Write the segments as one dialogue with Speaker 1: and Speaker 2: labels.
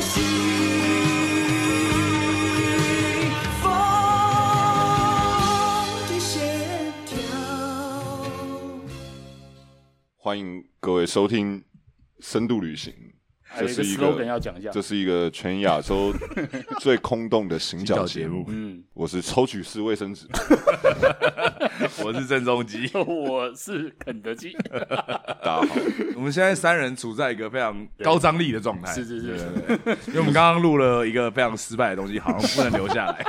Speaker 1: 寻。风的线条。
Speaker 2: 欢迎各位收听《深度旅行》，
Speaker 3: 还
Speaker 2: 这
Speaker 3: 有一个
Speaker 2: 是一
Speaker 3: slogan 要讲一下
Speaker 2: 这是一个全亚 洲最空洞的行脚节目。
Speaker 3: 嗯，
Speaker 2: 我是抽取式卫 生纸，
Speaker 4: 我是郑中基。
Speaker 3: 我是肯 德基，
Speaker 2: 大家好。
Speaker 4: 我们现在三人处在一个非常高张力的状态，
Speaker 3: 是是是
Speaker 4: 对，对对因为我们刚刚录了一个非常失败的东西，好像不能留 下来。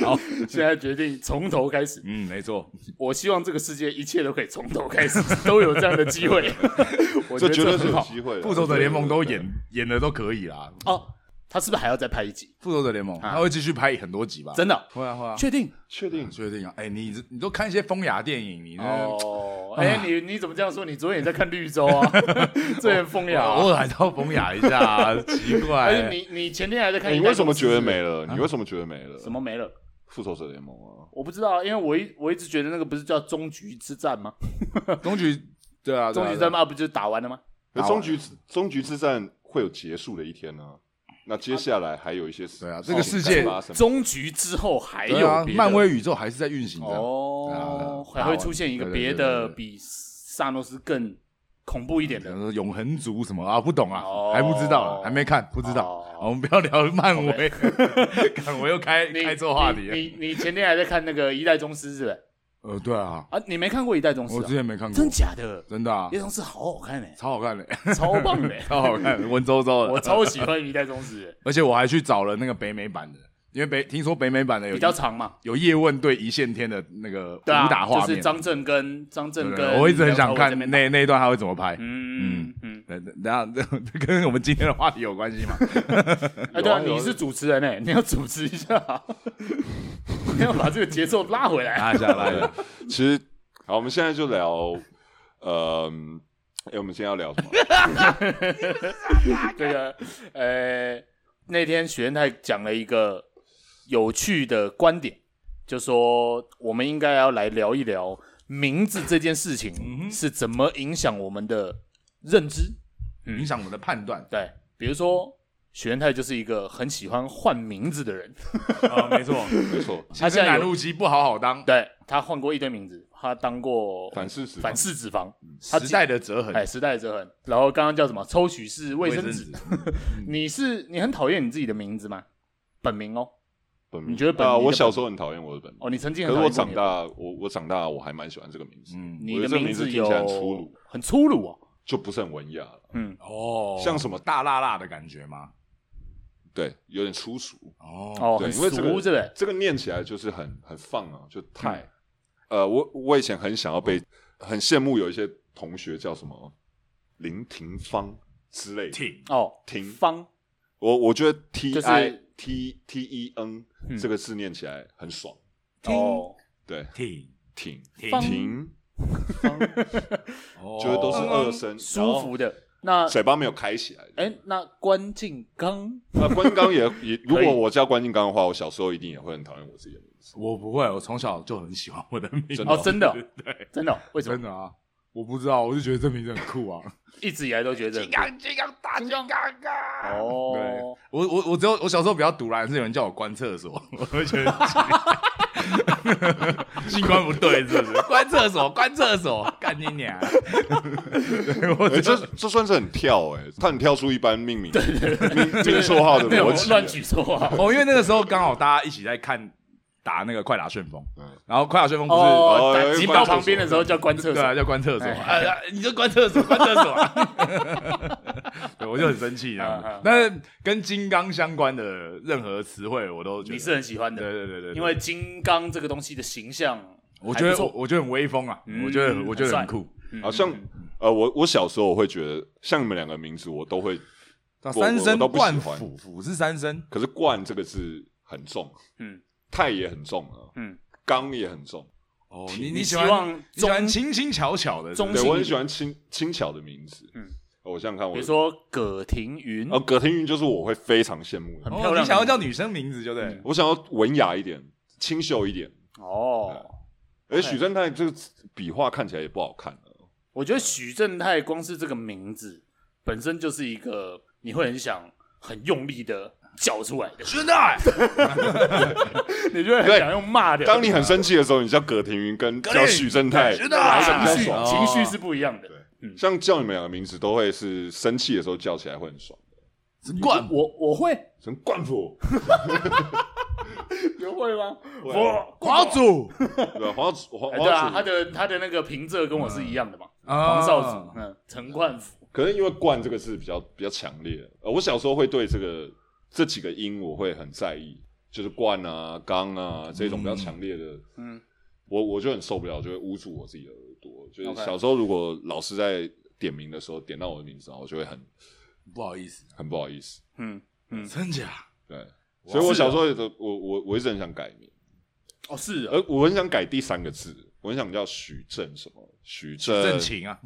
Speaker 4: 好，
Speaker 3: 现在决定从头开始。
Speaker 4: 嗯，没错，
Speaker 3: 我希望这个世界一切都可以从头开始， 都有这样的机 会。我
Speaker 2: 这
Speaker 3: 觉得
Speaker 2: 绝对是
Speaker 3: 这很
Speaker 2: 有
Speaker 3: 好
Speaker 2: 机会的。
Speaker 4: 复仇者联盟都
Speaker 2: 对
Speaker 4: 演演的都可以啦。
Speaker 3: 哦。他是不是还要再拍一集？
Speaker 4: 复仇者联盟他会继续拍很多集吧？
Speaker 3: 真的哦？
Speaker 4: 会啊会啊，
Speaker 3: 确定？
Speaker 2: 确定
Speaker 4: 确定啊！哎，你你都看一些风雅电影，你那
Speaker 3: 哦，
Speaker 2: 啊
Speaker 3: 哎，你你怎么这样说？你昨天也在看绿洲 啊？ 这很风雅啊。
Speaker 4: 偶尔还是要风雅一 下啊，奇
Speaker 3: 而且
Speaker 4: 怪。
Speaker 3: 哎你你前天还在看，
Speaker 2: 哎你为什么觉得没？了？你为什么觉得没了？
Speaker 3: 啊什么没了？
Speaker 2: 复仇者联盟啊？
Speaker 3: 我不知道，因为我一我一直觉得那个不是叫终局之战吗？
Speaker 4: 终局对啊，对啊
Speaker 3: 终局之
Speaker 4: 对啊
Speaker 3: 战嘛，不就是打完了吗？
Speaker 2: 可
Speaker 4: 打
Speaker 2: 是
Speaker 4: 完
Speaker 2: 终局终局之战会有结束的一天呢、啊那接下来还有一些事
Speaker 4: 对啊这个世界
Speaker 2: 情发生
Speaker 3: 终局之后还
Speaker 4: 对啊
Speaker 3: 有哎别的
Speaker 4: 漫威宇宙还是在运行着。
Speaker 3: 哦，
Speaker 4: 对啊对啊
Speaker 3: 还会出现一个
Speaker 4: 对对
Speaker 3: 别
Speaker 4: 对对
Speaker 3: 的
Speaker 4: 对嗯
Speaker 3: 比萨诺斯更恐怖一点
Speaker 4: 比
Speaker 3: 的
Speaker 4: 如说永恒族什么啊，不懂啊
Speaker 3: 哦，
Speaker 4: 还不知道啊，还没看，不知道
Speaker 3: 哦。
Speaker 4: 我们不要聊漫威， 看我又开
Speaker 3: 你
Speaker 4: 开错话
Speaker 3: 你
Speaker 4: 题。
Speaker 3: 你你前天还在看那个《一代宗师》是不是？
Speaker 4: 呃，对啊，
Speaker 3: 啊，你没看过《一代宗师
Speaker 4: 我》之
Speaker 3: 啊？
Speaker 4: 前没看过
Speaker 3: 真，假的？
Speaker 4: 真的啊
Speaker 3: 《一，代宗师》好好看哎，
Speaker 4: 超好看的，
Speaker 3: 超棒的欸，
Speaker 4: 超好看，文绉绉
Speaker 3: 我
Speaker 4: 的。呃
Speaker 3: 超喜欢《一代宗师欸
Speaker 4: 而且我还去找了那个北美版的，因为北听说北美版 的》，有
Speaker 3: 比较长嘛。
Speaker 4: 有叶问对一线天的那个武
Speaker 3: 对啊，
Speaker 4: 打画
Speaker 3: 就是
Speaker 4: 面。
Speaker 3: 张震跟张震
Speaker 4: 对
Speaker 3: 跟，
Speaker 4: 我一直很想看。那那一段他会怎么拍。
Speaker 3: 嗯嗯，
Speaker 4: 等等等下，这这跟我们今天的话题有关 系吗？
Speaker 3: 哎，对啊，
Speaker 2: 有啊
Speaker 3: 你是主持人哎，你要主持一 下， 你要把这个节奏拉回来。
Speaker 4: 拉一下，拉一下。
Speaker 2: 其实，好，我们现在就聊，呃，哎、我们今天要聊什么？
Speaker 3: 这个啊呃，那天许愿太讲了一个有趣的观点，就说我们应该要来聊一聊名字这件事
Speaker 2: 嗯
Speaker 3: 情是怎么影响我们的认知。
Speaker 4: 影响我们的判断。
Speaker 3: 对，比如说许愿太就是一个很喜欢换名字的人，
Speaker 4: 啊，没错，
Speaker 2: 没错，
Speaker 3: 他
Speaker 4: 他
Speaker 3: 现在
Speaker 4: 现在
Speaker 3: 有
Speaker 4: 南路基不好好当，
Speaker 3: 对他换过一堆名字，他当过
Speaker 2: 反式嗯脂肪
Speaker 3: 反式脂肪，他
Speaker 4: 时代的折痕，
Speaker 3: 哎时代折痕，然后刚刚叫什么抽取式卫生纸。
Speaker 2: 嗯
Speaker 3: 你是你很讨厌你自己的名字吗？本名哦，
Speaker 2: 本
Speaker 3: 你觉得本
Speaker 2: 啊、
Speaker 3: 名的
Speaker 2: 我小时候很讨厌我的本名，
Speaker 3: 哦，你曾经
Speaker 2: 可
Speaker 3: 很
Speaker 2: 是
Speaker 3: 讨
Speaker 2: 我
Speaker 3: 厌过
Speaker 2: 长
Speaker 3: 你的
Speaker 2: 大，我我长大我还蛮喜欢这个名字，
Speaker 4: 嗯，
Speaker 3: 你
Speaker 2: 我
Speaker 3: 的
Speaker 2: 觉得这
Speaker 3: 名
Speaker 2: 名字
Speaker 3: 字
Speaker 2: 听
Speaker 3: 有
Speaker 2: 起来很粗鲁，
Speaker 3: 很粗鲁哦。
Speaker 2: 就不是很文雅了。
Speaker 3: 嗯，
Speaker 4: 哦
Speaker 2: 像什么
Speaker 4: 大辣辣的感觉吗？
Speaker 2: 对，有点粗俗。
Speaker 4: 哦，
Speaker 3: 哦，
Speaker 2: 对
Speaker 3: 很
Speaker 2: 因为这个
Speaker 3: 俗，对不嗯对？
Speaker 2: 这个念起来就是很很放啊，就太、呃，我我以前很想要被，很羡慕有一些同学叫什么林廷芳之类的。
Speaker 4: 挺
Speaker 3: 哦，
Speaker 2: 停
Speaker 3: 方
Speaker 2: 我我觉得 T
Speaker 3: 就是
Speaker 2: I T T E N
Speaker 3: 嗯
Speaker 2: 这个字念起来很爽，
Speaker 4: 听
Speaker 3: 哦，
Speaker 2: 对，
Speaker 4: 挺
Speaker 2: 挺
Speaker 4: 挺
Speaker 3: 方
Speaker 2: 停
Speaker 3: 方
Speaker 4: 哦
Speaker 2: 就是都是二声，
Speaker 3: 哦舒服的。那
Speaker 2: 然后嘴巴没有开起来。
Speaker 3: 哎，那关敬刚
Speaker 2: 那呃关刚也也， 如果我叫关金刚的话，我小时候一定也会很讨厌我自己的名字。
Speaker 4: 我不会，我从小就很喜欢我的名字
Speaker 2: 真，的
Speaker 3: 哦，真的哦，
Speaker 4: 对，
Speaker 3: 真的哦，为什
Speaker 4: 真
Speaker 3: 么？
Speaker 4: 的啊，我不知道，我就觉得这名字很酷啊。
Speaker 3: 一直以来都觉得金刚金刚
Speaker 2: 啊
Speaker 3: 大金刚
Speaker 4: 对
Speaker 3: 哦，
Speaker 4: 我我我只有我小时候比较堵然，是有人叫我关厕所， 我会觉得 机关不对，是不是？ 关厕所，关厕所，干你娘！对我
Speaker 2: 哎，
Speaker 4: 就
Speaker 2: 这这算是很跳哎，他很跳出一般命名命名绰号的
Speaker 3: 没有
Speaker 2: 逻辑。
Speaker 3: 乱举啊错话。
Speaker 4: 哦，因为那个时候刚好大家一起在看打那个快打旋风，
Speaker 2: 嗯
Speaker 4: 然后快打旋风不是、
Speaker 3: 哦，
Speaker 2: 有一
Speaker 3: 打
Speaker 2: 个
Speaker 3: 挤
Speaker 2: 哎关
Speaker 3: 到
Speaker 2: 厕所
Speaker 3: 旁边的时候叫关厕
Speaker 4: 对
Speaker 3: 所
Speaker 4: 啊，，叫关厕所，
Speaker 3: 哎
Speaker 4: 哎呀，你就关厕所，关厕所、
Speaker 3: 啊
Speaker 4: 对，我就很生气这样
Speaker 3: 嗯嗯
Speaker 4: 子。但是跟金刚相关的任何词汇，我都觉得
Speaker 3: 你是很喜欢
Speaker 4: 对
Speaker 3: 的，
Speaker 4: 对对对，对
Speaker 3: 因为金刚这个东西的形象，
Speaker 4: 我觉得我我觉得很威风啊，
Speaker 3: 嗯
Speaker 4: 我觉得很我觉得
Speaker 3: 很帅
Speaker 4: 很酷。
Speaker 2: 好像呃，我我小时候我会觉得，像你们两个名字，我都会
Speaker 4: 那
Speaker 2: 我
Speaker 4: 啊三
Speaker 2: 我
Speaker 4: 生
Speaker 2: 都不喜
Speaker 4: 冠
Speaker 2: 欢
Speaker 4: 甫，甫是三生，
Speaker 2: 可是“冠”这个字很重，啊
Speaker 3: 嗯
Speaker 2: 太也很重啊，
Speaker 3: 嗯，
Speaker 2: 刚也很重。
Speaker 4: 哦，你
Speaker 3: 你
Speaker 4: 喜
Speaker 3: 希
Speaker 4: 欢
Speaker 3: 望
Speaker 4: 你喜欢
Speaker 3: 中
Speaker 4: 轻轻巧巧的，
Speaker 3: 中
Speaker 2: 对
Speaker 4: 对
Speaker 2: 我很喜欢轻轻巧的名字。
Speaker 3: 嗯
Speaker 2: 嗯，我想想看，我
Speaker 3: 比如说葛庭云，
Speaker 2: 哦，葛天云就是我会非常羡慕的
Speaker 3: 很。
Speaker 4: 哦
Speaker 3: 漂亮
Speaker 4: 你想要叫女生名字就对
Speaker 3: 嗯，
Speaker 2: 我想要文雅一点，清秀一点。
Speaker 3: 哦，
Speaker 2: 而哎许正泰这个笔画看起来也不好看了。
Speaker 3: 我觉得许正泰光是这个名字本身就是一个你会很想很用力的叫出来的，
Speaker 4: 真 的。啊
Speaker 3: 你就会很想用骂的，
Speaker 2: 当你很生气的时候，你叫葛天云跟
Speaker 4: 天
Speaker 2: 叫
Speaker 4: 云
Speaker 2: 许正泰，
Speaker 4: 对许
Speaker 3: 来
Speaker 4: 正泰
Speaker 2: 还是比
Speaker 3: 情绪
Speaker 2: 较爽。
Speaker 3: 情绪是不一样
Speaker 2: 哦
Speaker 3: 的。
Speaker 2: 像叫你们两个名字，都会是生气的时候叫起来会很爽。
Speaker 4: 冠
Speaker 3: 我我会，
Speaker 2: 成冠 甫，
Speaker 3: 你会吗？
Speaker 2: 会啊
Speaker 3: 我
Speaker 4: 华主
Speaker 2: 对吧？黄子黄
Speaker 3: 哎对啊，
Speaker 2: 黄
Speaker 3: 他
Speaker 2: 子，
Speaker 3: 的他的那个平仄跟我是一样的嘛，
Speaker 4: 黄
Speaker 3: 黄少
Speaker 2: 啊
Speaker 4: 啊
Speaker 3: 主，嗯，陈冠甫，
Speaker 2: 可能因为“冠”这个字比较比较强烈。呃，我小时候会对这个这几个音我会很在意，就是“冠”啊、“刚”啊这种比较强烈的，
Speaker 3: 嗯
Speaker 2: 我我就很受不了，就会捂住我自己的耳朵。就是
Speaker 3: OK
Speaker 2: 小时候如果老师在点名的时候点到我的名字，然后我就会很
Speaker 4: 不好意思，
Speaker 2: 很不好意思。
Speaker 3: 嗯，
Speaker 4: 真假？
Speaker 2: 对，所以我小时候
Speaker 4: 啊
Speaker 2: 也都我我我一直很想改名，
Speaker 3: 哦是 啊
Speaker 2: 而我很想改第三个字，我很想叫许正什么许正
Speaker 4: 正情啊，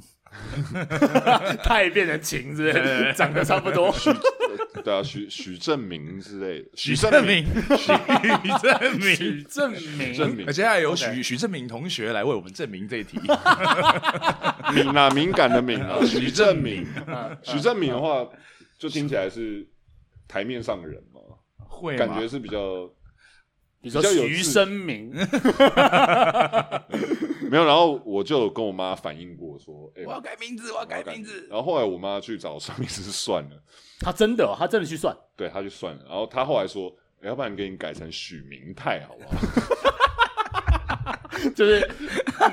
Speaker 3: 他也变成情，是不是？长得差不多。
Speaker 2: 呃对啊，许许正明之类的，许
Speaker 4: 正
Speaker 2: 明
Speaker 4: 明， 许正明，
Speaker 3: 许正
Speaker 2: 许
Speaker 3: 明，
Speaker 2: 正明
Speaker 4: 而，且还有
Speaker 3: OK
Speaker 4: 许许正明同学来为我们证明这一题。
Speaker 2: 敏啊，敏感的敏啊，许正明，
Speaker 4: 啊
Speaker 2: 许正明的话，就听起来是台面上的人嘛，
Speaker 4: 会吗
Speaker 2: 感觉是比较
Speaker 3: 比
Speaker 2: 比
Speaker 3: 如说
Speaker 2: 较有
Speaker 3: 徐
Speaker 2: 自
Speaker 3: 生明，
Speaker 2: 没有。然后我就有跟我妈反映过说，哎、
Speaker 4: 我要改名字，我要改名字。
Speaker 2: 然后后来我妈去找算命师算了，
Speaker 3: 他真的哦，他真的去算，
Speaker 2: 对，她去算了，然后她后来说。哎要不然给你改成许明泰好不好？
Speaker 3: 就是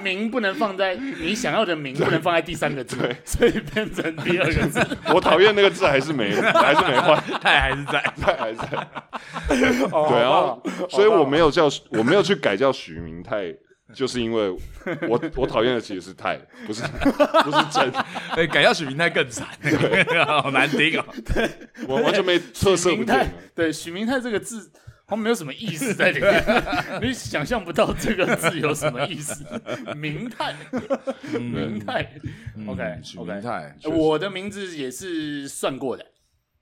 Speaker 3: 名不能放在你想要的名不能放在第三个字，所以变成第二个字。
Speaker 2: 我讨厌那个字还是没 还是没换，
Speaker 4: 太还是在，
Speaker 2: 泰还是在。
Speaker 3: 对
Speaker 2: 对，然啊后所以我没有叫，我没有去改叫许明泰，就是因为我我讨厌的其实是泰，不 是不是正，
Speaker 4: 对，改叫许明泰更惨，好难听哦。
Speaker 2: 我完全没特色不
Speaker 3: 明
Speaker 2: 见
Speaker 3: 泰
Speaker 2: 了。，
Speaker 3: 对许明泰这个字。好像没有什么意思在里面， 你想象不到这个字有什么意思。明泰，
Speaker 2: 嗯
Speaker 3: 明泰，OK
Speaker 4: 许明
Speaker 3: OK，
Speaker 4: 泰，
Speaker 3: 我的名字也是算过的，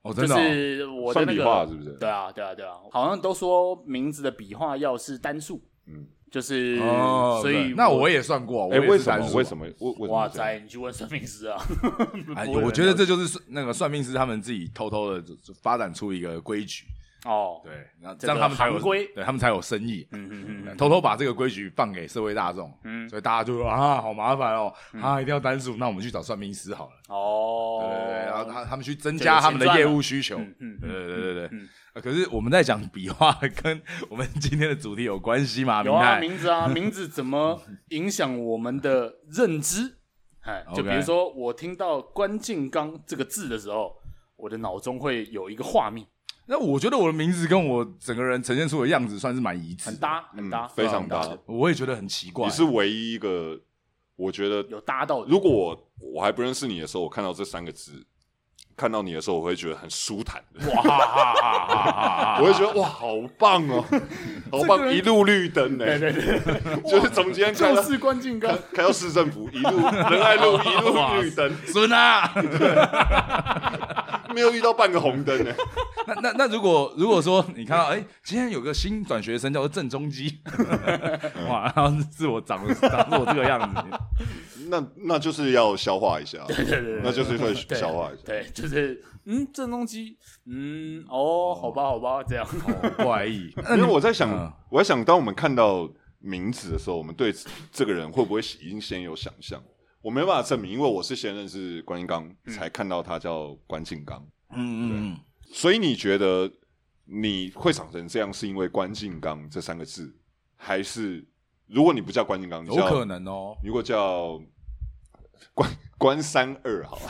Speaker 4: 哦，
Speaker 3: 就
Speaker 4: 真的哦，
Speaker 3: 是我
Speaker 2: 啊
Speaker 3: 的
Speaker 2: 算
Speaker 3: 那
Speaker 2: 笔
Speaker 3: 个
Speaker 2: 画是不是？
Speaker 3: 对啊，对啊，对啊，好像都说名字的笔画要是单数，嗯
Speaker 2: 嗯，
Speaker 3: 就是，
Speaker 4: 哦，
Speaker 3: 所以
Speaker 4: 对那我
Speaker 3: 我
Speaker 4: 也算过，我
Speaker 2: 哎，
Speaker 4: 也
Speaker 2: 为
Speaker 4: 是
Speaker 2: 什
Speaker 4: 单
Speaker 2: 么？
Speaker 4: 数
Speaker 2: 为什？么？为为什么？
Speaker 3: 哇塞，！你去问算命师 啊，
Speaker 4: 哎，
Speaker 3: 不会
Speaker 4: 我觉得这就是算那个算命师他们自己偷偷的发展出一个规矩，
Speaker 3: 哦，
Speaker 4: 对，然后
Speaker 3: 这
Speaker 4: 这
Speaker 3: 个
Speaker 4: 样他们才有
Speaker 3: 行规
Speaker 4: 对他们才有生意。
Speaker 3: 嗯嗯嗯嗯，
Speaker 4: 偷偷把这个规矩放给社会大众，嗯，所以大家就说啊，好麻烦哦，啊，一定要单数，那我们去找算命师好了。
Speaker 3: 哦，
Speaker 4: 对对对，然后他他们去增
Speaker 3: 就
Speaker 4: 加
Speaker 3: 有
Speaker 4: 他
Speaker 3: 钱
Speaker 4: 们的
Speaker 3: 赚
Speaker 4: 业
Speaker 3: 嘛
Speaker 4: 务需求。
Speaker 3: 嗯嗯
Speaker 4: 对对对对对
Speaker 3: 嗯。
Speaker 4: 呃可是我们在讲笔画，跟我们今天的主题有关系吗？
Speaker 3: 有
Speaker 4: 明
Speaker 3: 啊，
Speaker 4: 泰
Speaker 3: 名字 啊，名字怎么影响我们的认知？哎，就比如
Speaker 4: OK
Speaker 3: 说我听到关敬刚这个字的时候，我的脑中会有一个画面，
Speaker 4: 那我觉得我的名字跟我整个人呈现出的样子算是蛮一致，
Speaker 3: 很。搭，很
Speaker 2: 嗯
Speaker 3: 搭，
Speaker 2: 非常搭
Speaker 4: 我也觉得很奇怪。
Speaker 2: 你是唯一一个，我觉得
Speaker 3: 有搭到的，
Speaker 2: 如果我我还不认识你的时候，我看到这三个字，看到你的时候，我会觉得很舒坦的，
Speaker 4: 哇 哈哈哈哈哈哈！
Speaker 2: 我会觉得哇，好棒 哦，好
Speaker 3: 这个
Speaker 2: 棒，
Speaker 3: 人
Speaker 2: 一路绿灯呢，
Speaker 3: 对对对，
Speaker 2: 就是从今天开
Speaker 3: 就
Speaker 2: 到
Speaker 3: 是关敬刚
Speaker 2: 开，开到市政府，一路仁爱路一路绿 灯，
Speaker 4: 孙啊，
Speaker 2: 没有遇到半个红灯呢、欸
Speaker 4: 那那那如果如果说你看到哎，今天有个新转学生叫做郑中基， 哇，然后是我长得长得我这个样子，
Speaker 2: 那那就是要消化一下，
Speaker 3: 对对对
Speaker 2: 那就是会
Speaker 3: 对
Speaker 2: 消化一下。
Speaker 3: 对，就是嗯，郑中基，嗯，哦，好吧，好吧，这样。
Speaker 4: 哦怪异。那
Speaker 2: 因
Speaker 4: 你
Speaker 2: 为我在想，
Speaker 4: 嗯
Speaker 2: 我在想，当我们看到名字的时候，我们对这个人会不会已经先有想象？我没办法证明，因为我是先认识关金刚，
Speaker 3: 嗯
Speaker 2: 才看到他叫关敬刚。
Speaker 4: 嗯嗯
Speaker 2: 所以你觉得你会长成这样，是因为关敬刚这三个字，还是如果你不叫关敬刚，
Speaker 4: 嗯，
Speaker 2: 你
Speaker 4: 有
Speaker 2: 叫
Speaker 4: 可能哦。
Speaker 2: 如果叫关关三二 好了，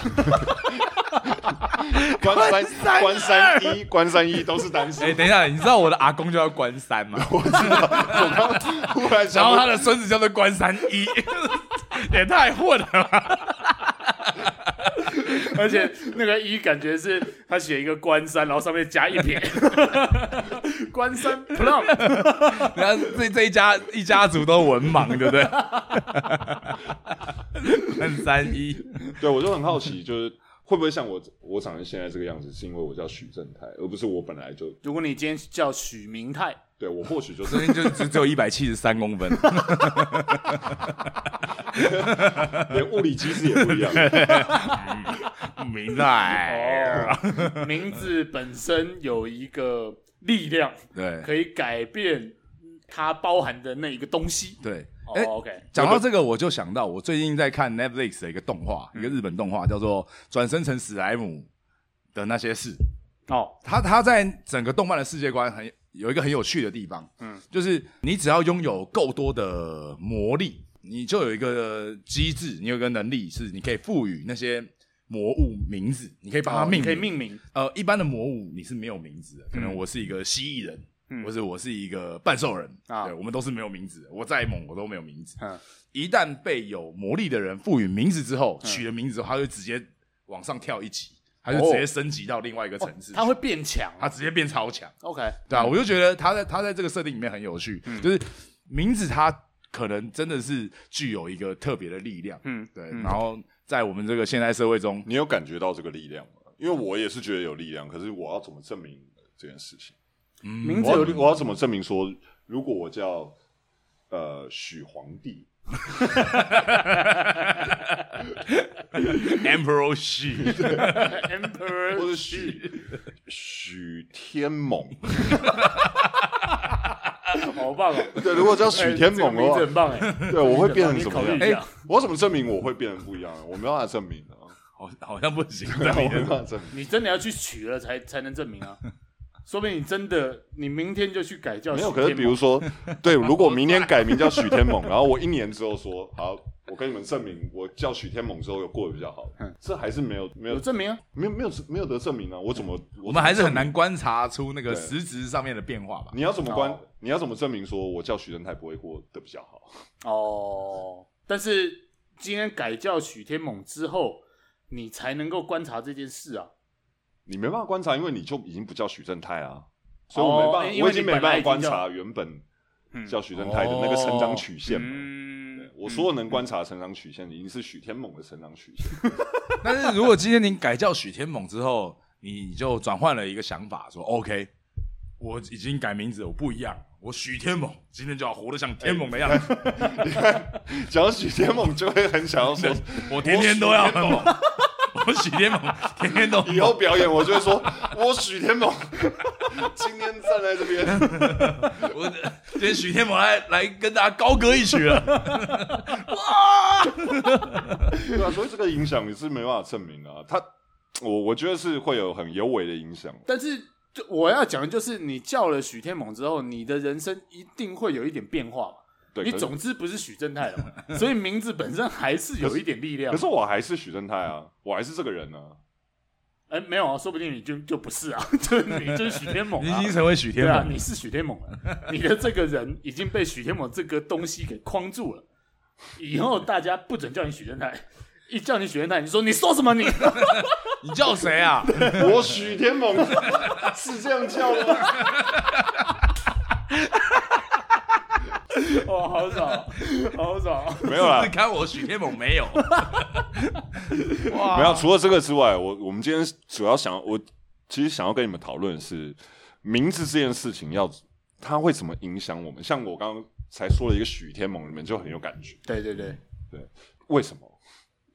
Speaker 2: 关三关三一关三一都是单数
Speaker 4: 哎、。等一下，你知道我的阿公就叫关山 吗？
Speaker 2: 我刚忽然
Speaker 4: 然
Speaker 2: 想
Speaker 4: 后
Speaker 2: 到
Speaker 4: 他，的孙子 叫做关山一，也太混了吧。
Speaker 3: 而且那个一感觉是他写一个关山，然后上面加一撇， 关山 plum，
Speaker 4: 然后这这一家一家族都文盲，对不 对？三三一，
Speaker 2: 对，我就很好奇，就是会不会像我我长成现在这个样子，是因为我叫许正泰，而不是我本来就
Speaker 3: 如果你今天叫许明泰，
Speaker 2: 对我或许就是
Speaker 4: 这边就只只有一百七十三公分，
Speaker 2: 连物理机制也不一样。
Speaker 4: 明白？
Speaker 3: 哦，名字本身有一个力量，
Speaker 4: 对
Speaker 3: 可以改变它包含的那一个东西。
Speaker 4: 对，
Speaker 3: 哦
Speaker 4: 哎、
Speaker 3: ，OK，
Speaker 4: 讲到这个，我就想到我最近在看 Netflix 的一个动画，一个日本动画，叫做《转生成史莱姆的那些事》。
Speaker 3: 哦，
Speaker 4: 它它在整个动漫的世界观很有一个很有趣的地方，嗯，就是你只要拥有够多的魔力，你就有一个机制，你有一个能力是你可以赋予那些魔物名字，你可以帮它
Speaker 3: 哦
Speaker 4: 命
Speaker 3: 你可以
Speaker 4: 名
Speaker 3: 命嗯名，
Speaker 4: 呃，一般的魔物你是没有名字的，可能我是一个蜥蜴人，或者我是一个半兽人
Speaker 3: 嗯啊
Speaker 4: 对，我们都是没有名字的。我再猛，我都没有名字。
Speaker 3: 嗯
Speaker 4: 一旦被有魔力的人赋予名字之后，
Speaker 3: 嗯
Speaker 4: 取了名字之后，他就直接往上跳一级，他
Speaker 3: 哦
Speaker 4: 就直接升级到另外一个层次去，
Speaker 3: 它会变强。
Speaker 4: 他直接变超强，
Speaker 3: OK，
Speaker 4: 对啊，我就觉得他在他在这个设定里面很有趣，就是名字他可能真的是具有一个特别的力量，
Speaker 3: 嗯，
Speaker 4: 对，然后在我们这个现代社会 中，
Speaker 2: 你有感觉到这个力量吗？因为我也是觉得有力量，可是我要怎么证明这件事情？
Speaker 3: 名字
Speaker 2: 我
Speaker 3: 有
Speaker 2: 要我要怎么证明说，如果我叫呃许皇帝，
Speaker 4: Emperor Xi，
Speaker 2: 或
Speaker 3: Emperor
Speaker 2: 者许许天 猛，
Speaker 3: 好棒哦！
Speaker 2: 对，如果叫许天猛哦
Speaker 3: 哎这个名字
Speaker 2: 的
Speaker 3: 很棒哎，
Speaker 2: 话，对，我会变成什么
Speaker 3: 你考虑一
Speaker 2: 样？
Speaker 3: 下
Speaker 2: 哎，我要怎么证明我会变成不一样？我没办法证 明的啊，
Speaker 4: 好好像不 行，
Speaker 2: 我没办法证明。
Speaker 3: 你真的要去取了才才能证明 啊。说不定你真的，你明天就去改叫
Speaker 2: 没
Speaker 3: 许
Speaker 2: 有，
Speaker 3: 天
Speaker 2: 可是比如
Speaker 3: 猛
Speaker 2: 说，对，如果明年改名叫许天 猛，然后我一年之后说，好，我跟你们证明，我叫许天猛之后有过得比较好，
Speaker 3: 嗯
Speaker 2: 这还是没有没有
Speaker 3: 有证明啊，
Speaker 2: 没有没有没有得证明啊，我怎么
Speaker 4: 我
Speaker 2: 我
Speaker 4: 们还是
Speaker 2: 怎么
Speaker 4: 很难观察出那个
Speaker 2: 对
Speaker 4: 实质上面的变化吧。
Speaker 2: 你要怎么关
Speaker 3: 哦？
Speaker 2: 你要怎么证明说我叫许正泰不会过得比较好？
Speaker 3: 哦，但是今天改叫许天猛之后，你才能够观察这件事啊。
Speaker 2: 你没办法观察，因为你就已经不叫许正泰啊，所以我没办法，
Speaker 3: 哦因为
Speaker 2: 我已经
Speaker 3: 你
Speaker 2: 没
Speaker 3: 本来
Speaker 2: 办
Speaker 3: 已
Speaker 2: 法观
Speaker 3: 经叫
Speaker 2: 察原本
Speaker 3: 嗯
Speaker 2: 叫许正泰的那个成长曲线嘛。对
Speaker 3: 嗯，
Speaker 2: 我所有能观察的成长曲线，已经是许天猛的成长曲线。
Speaker 4: 但是如果今天你改叫许天猛之后，你就转换了一个想法，说 OK，我已经改名字，我不一样，我许天猛，今天就要活得像天猛的样子，
Speaker 2: 讲到许天猛，就会很想要 说，
Speaker 4: 我天天都要很猛， 我许天猛，天天都
Speaker 2: 以后表演我就会说，我许天猛 今天站在这边，
Speaker 4: 我今天许天猛来来跟大家高歌一曲了，
Speaker 2: 对啊，所以这个影响你是没办法证明的、啊。他，我我觉得是会有很有尾的影响。
Speaker 3: 但是就我要讲的就是，你叫了许天猛之后，你的人生一定会有一点变化嘛。
Speaker 2: 对，
Speaker 3: 你
Speaker 2: 可是
Speaker 3: 总之不是许正泰了嘛，所以名字本身还是有一点力量
Speaker 2: 可。是我还是许正泰啊，我还是这个人啊。
Speaker 3: 哎，没有啊，说不定你就就不是啊， 就是你就是许天猛
Speaker 4: 你
Speaker 3: 啊
Speaker 4: 已。经成为许天
Speaker 3: 对啊，
Speaker 4: 猛，
Speaker 3: 你是许天猛了，你的这个人已经被许天猛这个东西给框住了。以后大家不准叫你许正泰，一叫你许正泰，你说你说什么你？
Speaker 4: 你叫谁 啊？
Speaker 2: 我哦许天猛是这样叫吗？
Speaker 3: 哇，哦好爽，好爽！
Speaker 2: 没有啦
Speaker 4: 你，看我许天猛没有，
Speaker 2: 没有。除了这个之外，我我们今天主要想，我其实想要跟你们讨论的是名字这件事情要，它会怎么影响我们？像我刚刚才说了一个许天猛，你们就很有感觉，
Speaker 3: 对对对，
Speaker 2: 为什么？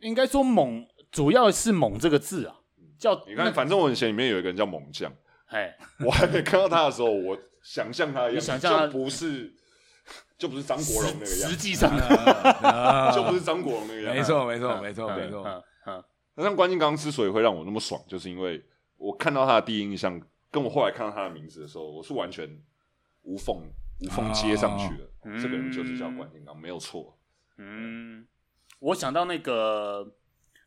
Speaker 3: 应该说猛，主要是猛这个字啊，叫
Speaker 2: 你
Speaker 3: 那
Speaker 2: 看，反正我很闲，里面有一个人叫猛将，
Speaker 3: 哎，
Speaker 2: 我还没看到他的时候，我想象他一
Speaker 3: 你
Speaker 2: 样，
Speaker 3: 想象他
Speaker 2: 就不是，就不是张国荣那个样子，
Speaker 3: 实际上，
Speaker 2: 就不是张国荣那个样子
Speaker 4: 没。错，没错，没错，没错。
Speaker 3: 嗯嗯，
Speaker 2: 那像关敬刚之所以会让我那么爽，就是因为我看到他的第一印象，跟我后来看到他的名字的时候，我是完全无缝无缝接上去的。
Speaker 3: 哦
Speaker 2: 这个人就是叫关敬刚，没有错。
Speaker 3: 嗯，我想到那个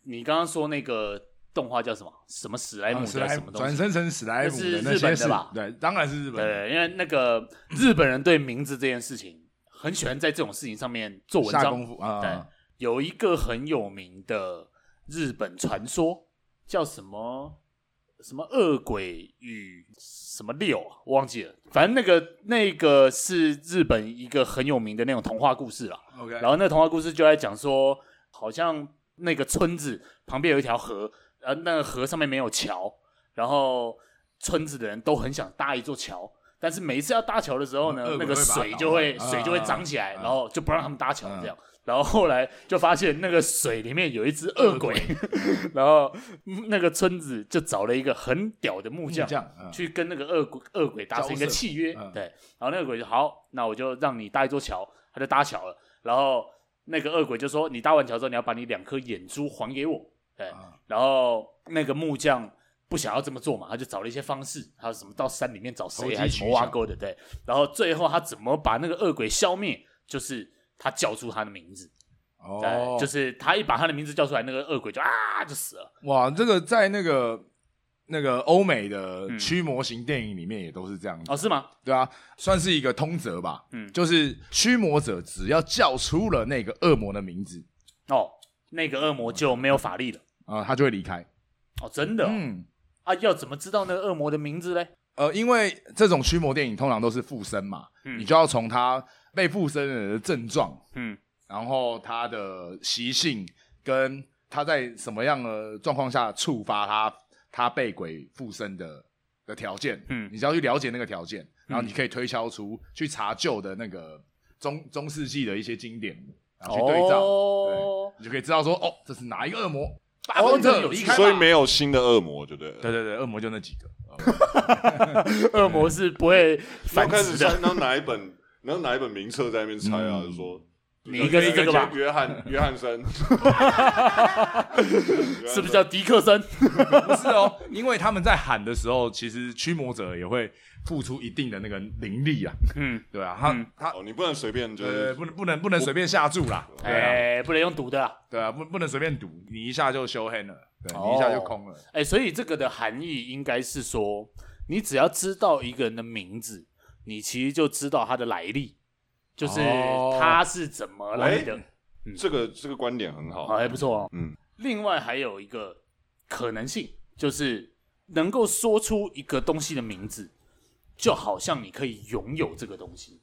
Speaker 3: 你刚刚说那个动画叫什么？什么史莱姆
Speaker 4: 啊
Speaker 3: 的
Speaker 4: 史莱
Speaker 3: 什
Speaker 4: 姆
Speaker 3: 么东
Speaker 4: 转
Speaker 3: 西？
Speaker 4: 生成史莱
Speaker 3: 那
Speaker 4: 姆的
Speaker 3: 是
Speaker 4: 那
Speaker 3: 日本
Speaker 4: 些
Speaker 3: 的
Speaker 4: 事
Speaker 3: 吧，
Speaker 4: 对，当然是日本的。
Speaker 3: 对，因为那个日本人对名字这件事情，很喜欢在这种事情上面做文
Speaker 4: 下
Speaker 3: 章
Speaker 4: 功。夫啊，
Speaker 3: 对，有一个很有名的日本传说，叫什么什么恶鬼与什么六啊，我忘记了。反正那个那个是日本一个很有名的那种童话故事啦。
Speaker 4: OK，
Speaker 3: 然后那个童话故事就在讲说，好像那个村子旁边有一条河，呃，那个河上面没有桥，然后村子的人都很想搭一座桥，但是每一次要搭桥的时候
Speaker 4: 嗯
Speaker 3: 呢
Speaker 4: 恶，
Speaker 3: 那
Speaker 4: 鬼
Speaker 3: 个
Speaker 4: 会把它
Speaker 3: 水
Speaker 4: 搞
Speaker 3: 就会
Speaker 4: 坏
Speaker 3: 水就会涨起来，
Speaker 4: 嗯嗯嗯嗯
Speaker 3: 然后就不让他们搭桥这样。然后后来就发现那个水里面有一只恶鬼， 然后那个村子就找了一个很屌的木匠
Speaker 4: 木，匠嗯
Speaker 3: 去跟那个恶鬼恶鬼达成一个
Speaker 4: 交涉
Speaker 3: 契约，
Speaker 4: 嗯
Speaker 3: 对。然后那个鬼就好，那我就让你搭一座桥，他就搭桥了。然后那个恶鬼就说：“你搭完桥之后，你要把你两颗眼珠还给我。”对。
Speaker 4: 啊
Speaker 3: 然后那个木匠不想要这么做嘛，他就找了一些方式，他什么到山里面找
Speaker 4: 投
Speaker 3: 谁
Speaker 4: 机
Speaker 3: 还是
Speaker 4: 取
Speaker 3: 什么挖
Speaker 4: 巧
Speaker 3: 沟的，对。然后最后他怎么把那个恶鬼消灭，就是他叫出他的名字，
Speaker 4: 哦
Speaker 3: 对，，就是他一把他的名字叫出来，那个恶鬼就啊就死了。
Speaker 4: 哇，这个在那个那个欧美的驱魔型电影里面也都是这样子，
Speaker 3: 哦，是吗？
Speaker 4: 对啊，算是一个通则吧。
Speaker 3: 嗯
Speaker 4: 就是驱魔者只要叫出了那个恶魔的名字
Speaker 3: 哦，那个恶魔就没有法力了。
Speaker 4: 啊、他就会离开。
Speaker 3: 哦，真的哦、
Speaker 4: 嗯，
Speaker 3: 啊，要怎么知道那个恶魔的名字嘞？
Speaker 4: 呃，因为这种驱魔电影通常都是附身嘛，
Speaker 3: 嗯
Speaker 4: 你就要从他被附身的人的症状，
Speaker 3: 嗯，
Speaker 4: 然后他的习性跟他在什么样的状况下触发他他被鬼附身的的条件，
Speaker 3: 嗯
Speaker 4: 你只要去了解那个条件，然后你可以推敲出去查旧的那个中中世纪的一些经典，然后去对照，
Speaker 3: 哦，
Speaker 4: 你就可以知道说哦，这是哪一个恶魔，巴
Speaker 3: 哦
Speaker 4: 菲特
Speaker 3: 这有
Speaker 4: 离
Speaker 3: 趣
Speaker 4: 开吧，
Speaker 2: 所以没有新的恶魔，对不对？
Speaker 4: 对对对，恶魔就那几个，
Speaker 3: 恶魔是不会
Speaker 2: 然
Speaker 3: 繁
Speaker 2: 后开始
Speaker 3: 殖
Speaker 2: 猜，
Speaker 3: 的。
Speaker 2: 然后拿一本，然后拿一本名册在那边猜啊，就说哎
Speaker 3: 你一个是这个吧？
Speaker 2: 约翰约翰森，
Speaker 3: 是不是叫迪克森？
Speaker 4: 不是哦，因为他们在喊的时候，其实驱魔者也会付出一定的那个灵力啊，
Speaker 3: 嗯，
Speaker 4: 对啊，他、
Speaker 3: 嗯
Speaker 4: 他
Speaker 2: 哦，你不能随便就
Speaker 4: 呃，
Speaker 2: 是
Speaker 4: 不能不能不能随便下注啦，对啊，
Speaker 3: 哎，不能用赌的啦。
Speaker 4: 对啊，不不能随便赌，你一下就修黑了，对
Speaker 3: 哦
Speaker 4: 你一下就空了，
Speaker 3: 哎，所以这个的含义应该是说，你只要知道一个人的名字，你其实就知道他的来历，就是
Speaker 4: 哦
Speaker 3: 他是怎么来的。
Speaker 2: 这个这个观点很好
Speaker 3: 好，，还不错哦。
Speaker 2: 嗯，
Speaker 3: 另外还有一个可能性，就是能够说出一个东西的名字，就好像你可以拥有这个东西。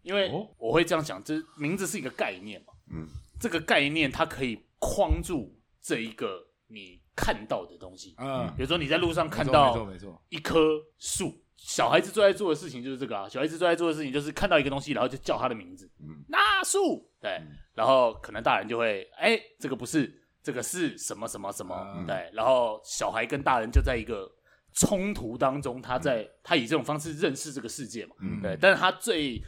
Speaker 3: 因为
Speaker 4: 哦
Speaker 3: 我会这样想，就是名字是一个概念嘛，
Speaker 2: 嗯，
Speaker 3: 这个概念它可以框住这一个你看到的东西。
Speaker 4: 嗯，
Speaker 3: 比如说你在路上看
Speaker 4: 没错
Speaker 3: 到
Speaker 4: 没错，
Speaker 3: 一棵树，小孩子最爱做的事情就是这个啊。小孩子最爱做的事情就是看到一个东西，然后就叫它的名字，
Speaker 2: 嗯
Speaker 3: 那树，对，然后可能大人就会，哎，这个不是，这个是什么什么什么，
Speaker 4: 嗯
Speaker 3: 对，然后小孩跟大人就在一个冲突当中，他在、他以这种方式认识这个世界嘛，
Speaker 2: 嗯
Speaker 3: 对，但是他最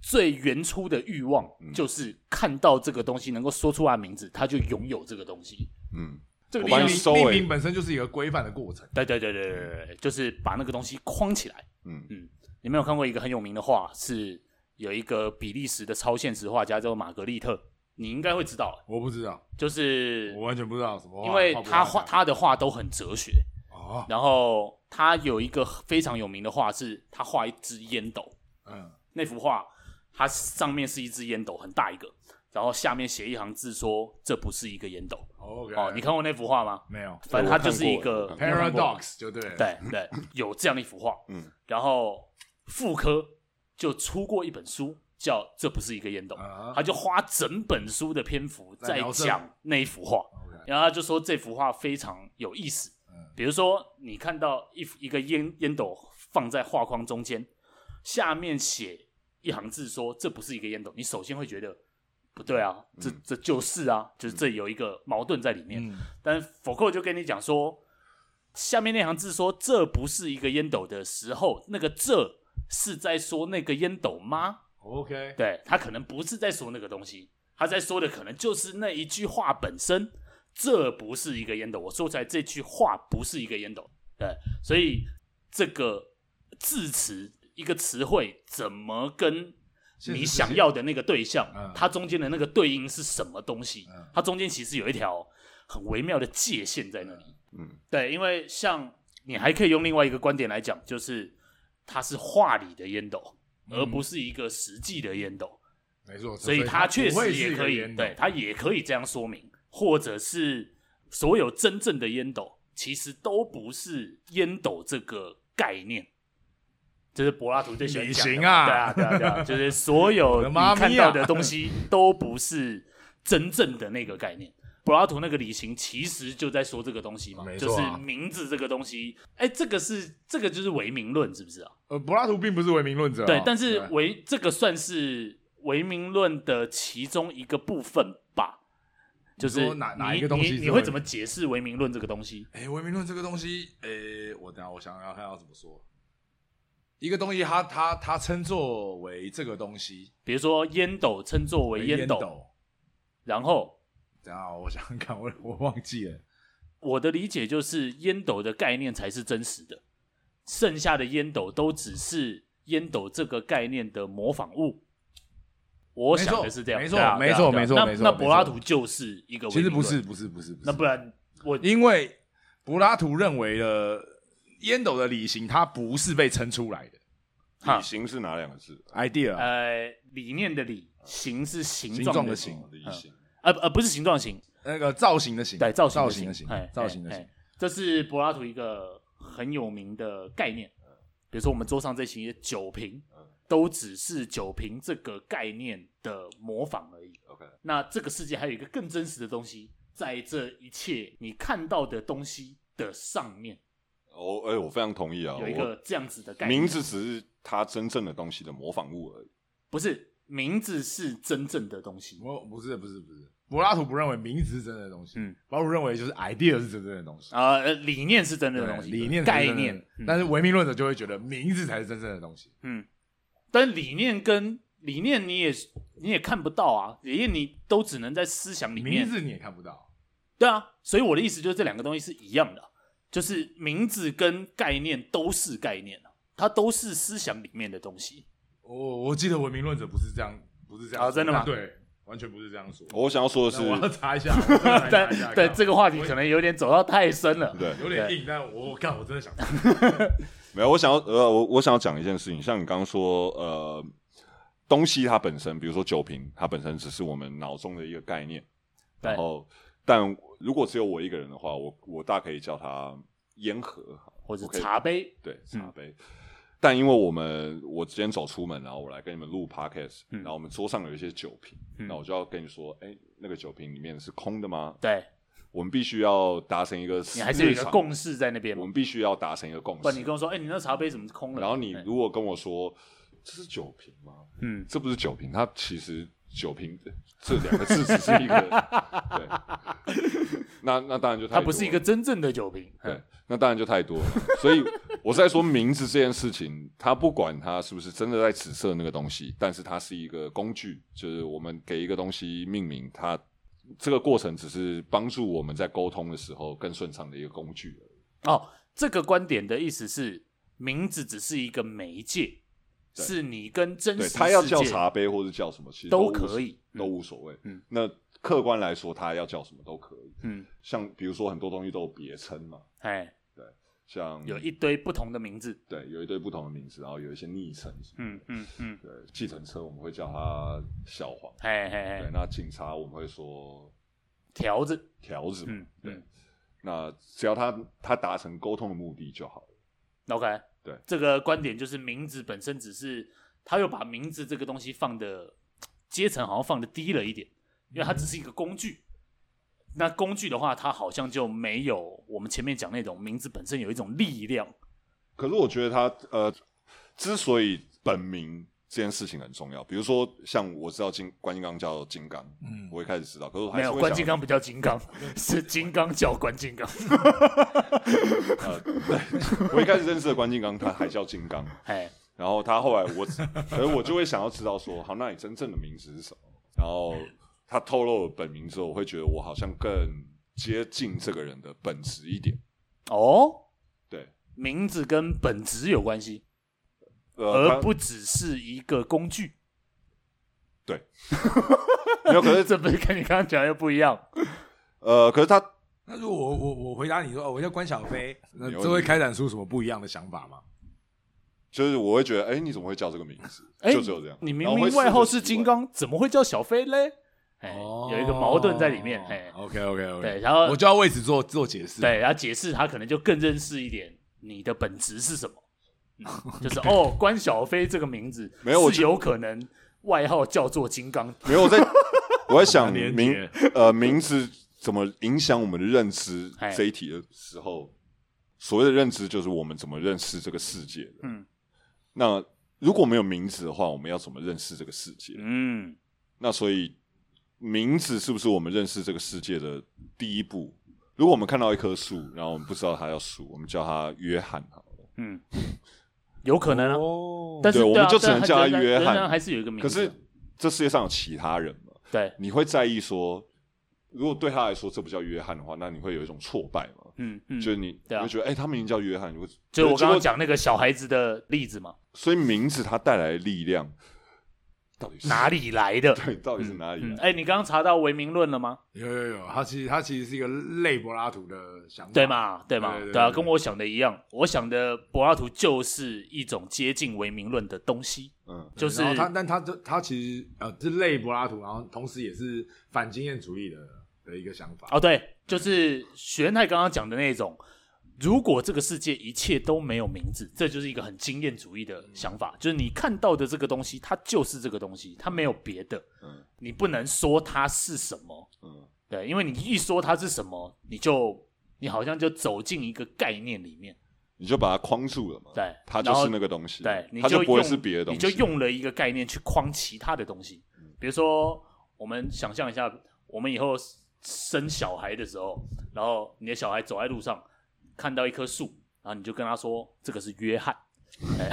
Speaker 3: 最原初的欲望就是看到这个东西能够说出他的名字，他就拥有这个东西，
Speaker 2: 嗯，
Speaker 3: 这个
Speaker 2: 我
Speaker 3: 地
Speaker 2: 帮
Speaker 3: 方
Speaker 2: 你
Speaker 4: 命
Speaker 2: 收
Speaker 4: 命
Speaker 2: 尾
Speaker 4: 名本身就是一个规范的过程，
Speaker 3: 对对对对对对对，嗯就是把那个东西框起来。
Speaker 2: 嗯
Speaker 3: 嗯，你没有看过一个很有名的画，是有一个比利时的超现实画家叫做玛格丽特，你应该会知道，
Speaker 4: 我不知道，
Speaker 3: 就是
Speaker 4: 我完全不知道什么话，
Speaker 3: 因为他画
Speaker 4: 画
Speaker 3: 他的画都很哲学，
Speaker 4: 哦，
Speaker 3: 然后他有一个非常有名的画是，他画一只烟斗，
Speaker 4: 嗯
Speaker 3: 那幅画它上面是一只烟斗，很大一个，然后下面写一行字说这不是一个烟斗。
Speaker 4: ，OK，
Speaker 3: 哦，你看过那幅画吗？
Speaker 4: 没有
Speaker 3: 反正它就是一
Speaker 2: 我
Speaker 3: 个
Speaker 2: 看过我看过
Speaker 4: paradox 就对了，，
Speaker 3: 对对，有这样的一幅画。
Speaker 2: 嗯，
Speaker 3: 然后妇科就出过一本书，叫《这不是一个烟斗》，
Speaker 4: 啊
Speaker 3: 他就花整本书的篇幅
Speaker 4: 在
Speaker 3: 在
Speaker 4: 聊这
Speaker 3: 讲那一幅画，
Speaker 4: ，OK，嗯
Speaker 3: 然后他就说这幅画非常有意思。比如说，你看到一幅一个烟烟斗放在画框中间，下面写一行字说这不是一个烟斗，你首先会觉得不对啊，这这就是啊，就是这有一个矛盾在里面。
Speaker 4: 嗯
Speaker 3: 但否扣就跟你讲说，下面那行字说这不是一个烟斗的时候，那个这是在说那个烟斗吗？
Speaker 4: ，OK，
Speaker 3: 对他可能不是在说那个东西，他在说的可能就是那一句话本身，这不是一个烟斗。我说出来这句话不是一个烟斗，对，所以这个字词一个词汇怎么跟
Speaker 4: 实
Speaker 3: 你
Speaker 4: 世
Speaker 3: 想
Speaker 4: 界
Speaker 3: 要的那个对象
Speaker 4: 嗯，
Speaker 3: 它中间的那个对应是什么东西
Speaker 4: 嗯？
Speaker 3: 它中间其实有一条很微妙的界限在那里。
Speaker 2: 嗯，
Speaker 3: 对，因为像你还可以用另外一个观点来讲，就是它是画里的烟斗，
Speaker 4: 嗯
Speaker 3: 而不是一个实际的烟斗，
Speaker 4: 没错，
Speaker 3: 所以它确
Speaker 4: 不会
Speaker 3: 实
Speaker 4: 是一
Speaker 3: 也
Speaker 4: 个
Speaker 3: 可以
Speaker 4: 烟，斗
Speaker 3: 对，它也可以这样说明，或者是所有真正的烟斗其实都不是烟斗这个概念。这是柏拉图最喜欢讲的
Speaker 4: 你
Speaker 3: 嘛
Speaker 4: 行啊
Speaker 3: 对啊，对啊，对啊，就是所有
Speaker 4: 我的
Speaker 3: 你
Speaker 4: 妈咪啊
Speaker 3: 看到的东西都不是真正的那个概念。柏拉图那个理型其实就在说这个东西嘛，
Speaker 4: 没
Speaker 3: 就
Speaker 4: 错
Speaker 3: 是
Speaker 4: 啊
Speaker 3: 名字这个东西，哎，这个是这个就是唯名论，是不是啊？
Speaker 4: 呃，柏拉图并不是唯名论者啊、
Speaker 3: 对，但是
Speaker 4: 对
Speaker 3: 唯这个算是唯名论的其中一个部分吧。就是
Speaker 4: 你说哪
Speaker 3: 你
Speaker 4: 哪一个东西
Speaker 3: 你
Speaker 4: 是
Speaker 3: 你
Speaker 4: 唯
Speaker 3: 会怎么解释唯名论这个东西？
Speaker 4: 哎，唯名论这个东西，哎，我等一下我想要看要怎么说。一个东西它，它它称作为这个东西
Speaker 3: 比如说烟斗称作为烟斗，然后
Speaker 4: 等一下我想想看，我我忘记了。
Speaker 3: 我的理解就是烟斗的概念才是真实的，剩下的烟斗都只是烟斗这个概念的模仿物。我
Speaker 4: 没
Speaker 3: 想
Speaker 4: 错
Speaker 3: 的是这样，
Speaker 4: 没错
Speaker 3: 对啊
Speaker 4: 没
Speaker 3: 对啊
Speaker 4: 错
Speaker 3: 对啊
Speaker 4: 没错
Speaker 3: 那
Speaker 4: 没错
Speaker 3: 那
Speaker 4: 没
Speaker 3: 柏
Speaker 4: 错
Speaker 3: 拉图就是一个唯
Speaker 4: 其实
Speaker 3: 名
Speaker 4: 不
Speaker 3: 论
Speaker 4: 是，，不是，不是，不是。
Speaker 3: 那不然我
Speaker 4: 因为柏拉图认为的烟斗的理型，它不是被称出来的
Speaker 3: 哈
Speaker 2: 理型是哪两个字？
Speaker 4: idea，、
Speaker 3: 呃理念的理，形是形
Speaker 4: 形
Speaker 3: 状
Speaker 4: 状
Speaker 3: 的
Speaker 4: 的
Speaker 3: 形
Speaker 4: 形，
Speaker 2: 理型。
Speaker 3: 呃呃不是形状形，
Speaker 4: 那个造型的型，
Speaker 3: 对造型
Speaker 4: 造
Speaker 3: 型
Speaker 4: 型的
Speaker 3: 形
Speaker 4: 型
Speaker 3: 哎，
Speaker 4: 造型的
Speaker 3: 哎
Speaker 4: 型
Speaker 3: 哎。这是柏拉图一个很有名的概念。比如说我们桌上这些酒瓶，
Speaker 2: 嗯
Speaker 3: 都只是酒瓶这个概念的模仿而已。
Speaker 2: OK，
Speaker 3: 那这个世界还有一个更真实的东西，在这一切你看到的东西的上面，
Speaker 2: 哦，哎，我非常同意啊。
Speaker 3: 有一个这样子的
Speaker 2: 我
Speaker 3: 概念。啊
Speaker 2: 名字只是它真正的东西的模仿物而已。
Speaker 3: 不是名字是真正的东西。
Speaker 4: 我不是，不是，不是。柏拉图不认为名字是真正的东西，
Speaker 3: 嗯
Speaker 4: 柏拉图认为就是 idea 是真正的东西。
Speaker 3: 啊、呃，理念是真正的
Speaker 4: 对
Speaker 3: 东西，
Speaker 4: 理念才
Speaker 3: 概
Speaker 4: 是真正的
Speaker 3: 念，嗯
Speaker 4: 但是唯名论者就会觉得名字才是真正的东西。
Speaker 3: 嗯，但理念跟理念你也你也看不到啊，理念你都只能在思想里
Speaker 4: 名
Speaker 3: 面。
Speaker 4: 字你也看不到，
Speaker 3: 对啊，所以我的意思就是这两个东西是一样的，就是名字跟概念都是概念啊它都是思想里面的东西。
Speaker 4: 我我记得文明论者不是这样，不是这样
Speaker 3: 啊
Speaker 4: 说
Speaker 3: 真的吗哦
Speaker 4: 对，完全不是这样说。
Speaker 2: 我想要说的
Speaker 4: 那我要
Speaker 2: 是，
Speaker 4: 查一下，我真的来查一下
Speaker 3: 但但这个话题
Speaker 4: 我
Speaker 3: 可能有点走到太深了。
Speaker 2: 对，
Speaker 4: 有点硬，但我我看我真 的想，
Speaker 2: 没有，我想要呃，我我想要讲一件事情，像你刚刚说，呃，东西它本身，比如说酒瓶，它本身只是我们脑中的一个概念。
Speaker 3: 对
Speaker 2: 然后，但如果只有我一个人的话，我我大可以叫它烟盒，
Speaker 3: 或者
Speaker 2: 我可以
Speaker 3: 茶杯，
Speaker 2: 对，茶杯。但因为我们我今天走出门，然后我来跟你们录 podcast，、然
Speaker 3: 嗯
Speaker 2: 后我们桌上有一些酒瓶，那我就要跟你说，哎，那个酒瓶里面是空的吗？
Speaker 3: 对
Speaker 2: 我们必须要达成一个
Speaker 3: 你还是有一
Speaker 2: 日
Speaker 3: 个
Speaker 2: 常
Speaker 3: 共识在那边
Speaker 2: 我
Speaker 3: 嘛。
Speaker 2: 们必须要达成一个共
Speaker 3: 不然
Speaker 2: 识
Speaker 3: 你。跟我说，哎、你那茶杯怎么是空了？
Speaker 2: 然后你
Speaker 3: 哎
Speaker 2: 如果跟我说这是酒瓶吗？
Speaker 3: 嗯，
Speaker 2: 这不是酒瓶，它其实酒瓶这两个 字只是一个对。 那那当然就太多
Speaker 3: 它
Speaker 2: 了
Speaker 3: 不是一个真正的酒瓶，
Speaker 2: 对，那当然就太多了。所以我是在说名字这件事情，它不管它是不是真的在指涉那个东西，但是它是一个工具，就是我们给一个东西命名，它这个过程只是帮助我们在沟通的时候更顺畅的一个工具而已。
Speaker 3: 哦，这个观点的意思是，名字只是一个媒介，
Speaker 2: 对
Speaker 3: 是你跟真实
Speaker 2: 对
Speaker 3: 世界
Speaker 2: 他要叫茶杯或者叫什么，其实
Speaker 3: 都
Speaker 2: 无所
Speaker 3: 可以
Speaker 2: 都无所谓。
Speaker 3: 嗯
Speaker 2: 那客观来说，他要叫什么都可以。
Speaker 3: 嗯，
Speaker 2: 像比如说很多东西都有别称嘛，
Speaker 3: 哎，
Speaker 2: 像
Speaker 3: 有一堆不同的名字。
Speaker 2: 对有一堆不同的名字，然后有一些昵称。
Speaker 3: 嗯嗯嗯，
Speaker 2: 对，计程车我们会叫它小黄，
Speaker 3: 嘿嘿
Speaker 2: 对，
Speaker 3: 嘿，
Speaker 2: 那警察我们会说
Speaker 3: 哎条子，
Speaker 2: 条子嘛
Speaker 3: 嗯，
Speaker 2: 对
Speaker 3: 嗯。
Speaker 2: 那只要他他达成沟通的目的就好了。
Speaker 3: ，OK，
Speaker 2: 对
Speaker 3: 这个观点就是名字本身只是，他又把名字这个东西放的阶层好像放的低了一点，因为它只是一个工具。那工具的话，它好像就没有我们前面讲那种名字本身有一种力量。
Speaker 2: 可是我觉得他呃，之所以本名这件事情很重要，比如说像我知道金关金刚叫金刚，嗯，我一开始知道，可是我还
Speaker 3: 没
Speaker 2: 是
Speaker 3: 有
Speaker 2: 会
Speaker 3: 关
Speaker 2: 想
Speaker 3: 金刚不叫金 刚，是金刚叫关金刚。
Speaker 2: 呃，对，我 一开始认识的关金刚，他还叫金刚，
Speaker 3: 哎，
Speaker 2: 然后他后来我，而我就会想要知道说，好，那你真正的名字是什么？然后他透露了本名之后，我会觉得我好像更接近这个人的本质一点。
Speaker 3: 哦，
Speaker 2: 对，
Speaker 3: 名字跟本质有关系，
Speaker 2: 呃，
Speaker 3: 而
Speaker 2: 他
Speaker 3: 不只是一个工具。
Speaker 2: 对，没有，可是
Speaker 3: 这不是跟你刚刚讲的又不一样？
Speaker 2: 呃，可是他
Speaker 4: 那如果我我我回答你说，哦，我叫关小飞，那
Speaker 2: 有
Speaker 4: 这会
Speaker 2: 你
Speaker 4: 开展出什么不一样的想法吗？
Speaker 2: 就是我会觉得，哎，你怎么会叫这个名字？
Speaker 3: 哎，
Speaker 2: 就只有这样。
Speaker 3: 你明
Speaker 2: 然后会
Speaker 3: 明
Speaker 2: 试着
Speaker 3: 外号是
Speaker 2: 习惯
Speaker 3: 金，刚，怎么会叫小飞嘞？哎，
Speaker 4: 哦
Speaker 3: 有一个矛盾在里面，哎，
Speaker 4: OK OK OK，
Speaker 3: 对然后
Speaker 4: 哦我就要为此做做解释。，
Speaker 3: 对，然后解释他可能就更认识一点你的本质是什么， 嗯就是哦，关小飞这个名字
Speaker 2: 没有我
Speaker 3: 是
Speaker 2: 就
Speaker 3: 有可能外号叫做金刚，
Speaker 2: 没 有我在我在想
Speaker 4: 连
Speaker 2: 名呃名字怎么影响我们的认知
Speaker 3: 哎
Speaker 2: 这一题的时候，所谓的认知就是我们怎么认识这个世界的。
Speaker 3: 嗯
Speaker 2: 那如果没有名字的话，我们要怎么认识这个世界？
Speaker 3: 嗯，
Speaker 2: 那所以名字是不是我们认识这个世界的第一步？如果我们看到一棵树，然后我们不知道它叫树，我们叫它约翰好了。
Speaker 3: 嗯有可能啊，
Speaker 4: 哦，
Speaker 3: 但是
Speaker 2: 对我们
Speaker 3: 啊
Speaker 2: 就只
Speaker 3: 但
Speaker 2: 能
Speaker 3: 还
Speaker 2: 叫他
Speaker 3: 仍然
Speaker 2: 约
Speaker 3: 仍
Speaker 2: 翰
Speaker 3: 然还是有一个名
Speaker 2: 可
Speaker 3: 字，
Speaker 2: 是这世界上有其他人嘛？
Speaker 3: 对，
Speaker 2: 你会在意说，如果对他来说这不叫约翰的话，那你会有一种挫败嘛？
Speaker 3: 嗯嗯，
Speaker 2: 就是你，
Speaker 3: 对啊
Speaker 2: 你会觉得，哎、他明明叫约翰，我
Speaker 3: 就是我刚刚，
Speaker 2: 结果
Speaker 3: 讲那个小孩子的例子 嘛，
Speaker 2: 所以名字它带来的力量到底是
Speaker 3: 哪里来的？
Speaker 2: 对，到底是哪里啊
Speaker 3: 嗯，
Speaker 2: 来？
Speaker 3: 哎，你刚刚查到唯名论了吗？
Speaker 4: 有有有，他其实他其实是一个类柏拉图的想
Speaker 2: 嗯
Speaker 4: 法，
Speaker 3: 对？嘛，对嘛
Speaker 4: 对，对
Speaker 3: 对啊，
Speaker 4: 对
Speaker 3: 跟我想的一样。我想的柏拉图就是一种接近唯名论的东西，
Speaker 2: 嗯，
Speaker 3: 就是
Speaker 4: 然后他，但他就他其实呃是类柏拉图，然后同时也是反经验主义的的一个想法。
Speaker 3: 哦，对，就是学院太刚刚讲的那种。如果这个世界一切都没有名字，这就是一个很经验主义的想法，就是你看到的这个东西，它就是这个东西，它没有别的，
Speaker 2: 嗯
Speaker 3: 你不能说它是什么，
Speaker 2: 嗯
Speaker 3: 对，因为你一说它是什么，你就你好像就走进一个概念里面，
Speaker 2: 你就把它框住了嘛。
Speaker 3: 对
Speaker 2: 它就
Speaker 3: 然后
Speaker 2: 是那个东西，
Speaker 3: 对，你
Speaker 2: 它
Speaker 3: 就
Speaker 2: 不会
Speaker 3: 用
Speaker 2: 是别的东西，
Speaker 3: 你就用了一个概念去框其他的东西。比如说，我们想象一下，我们以后生小孩的时候，然后你的小孩走在路上，看到一棵树，然后你就跟他说：“这个是约翰，哎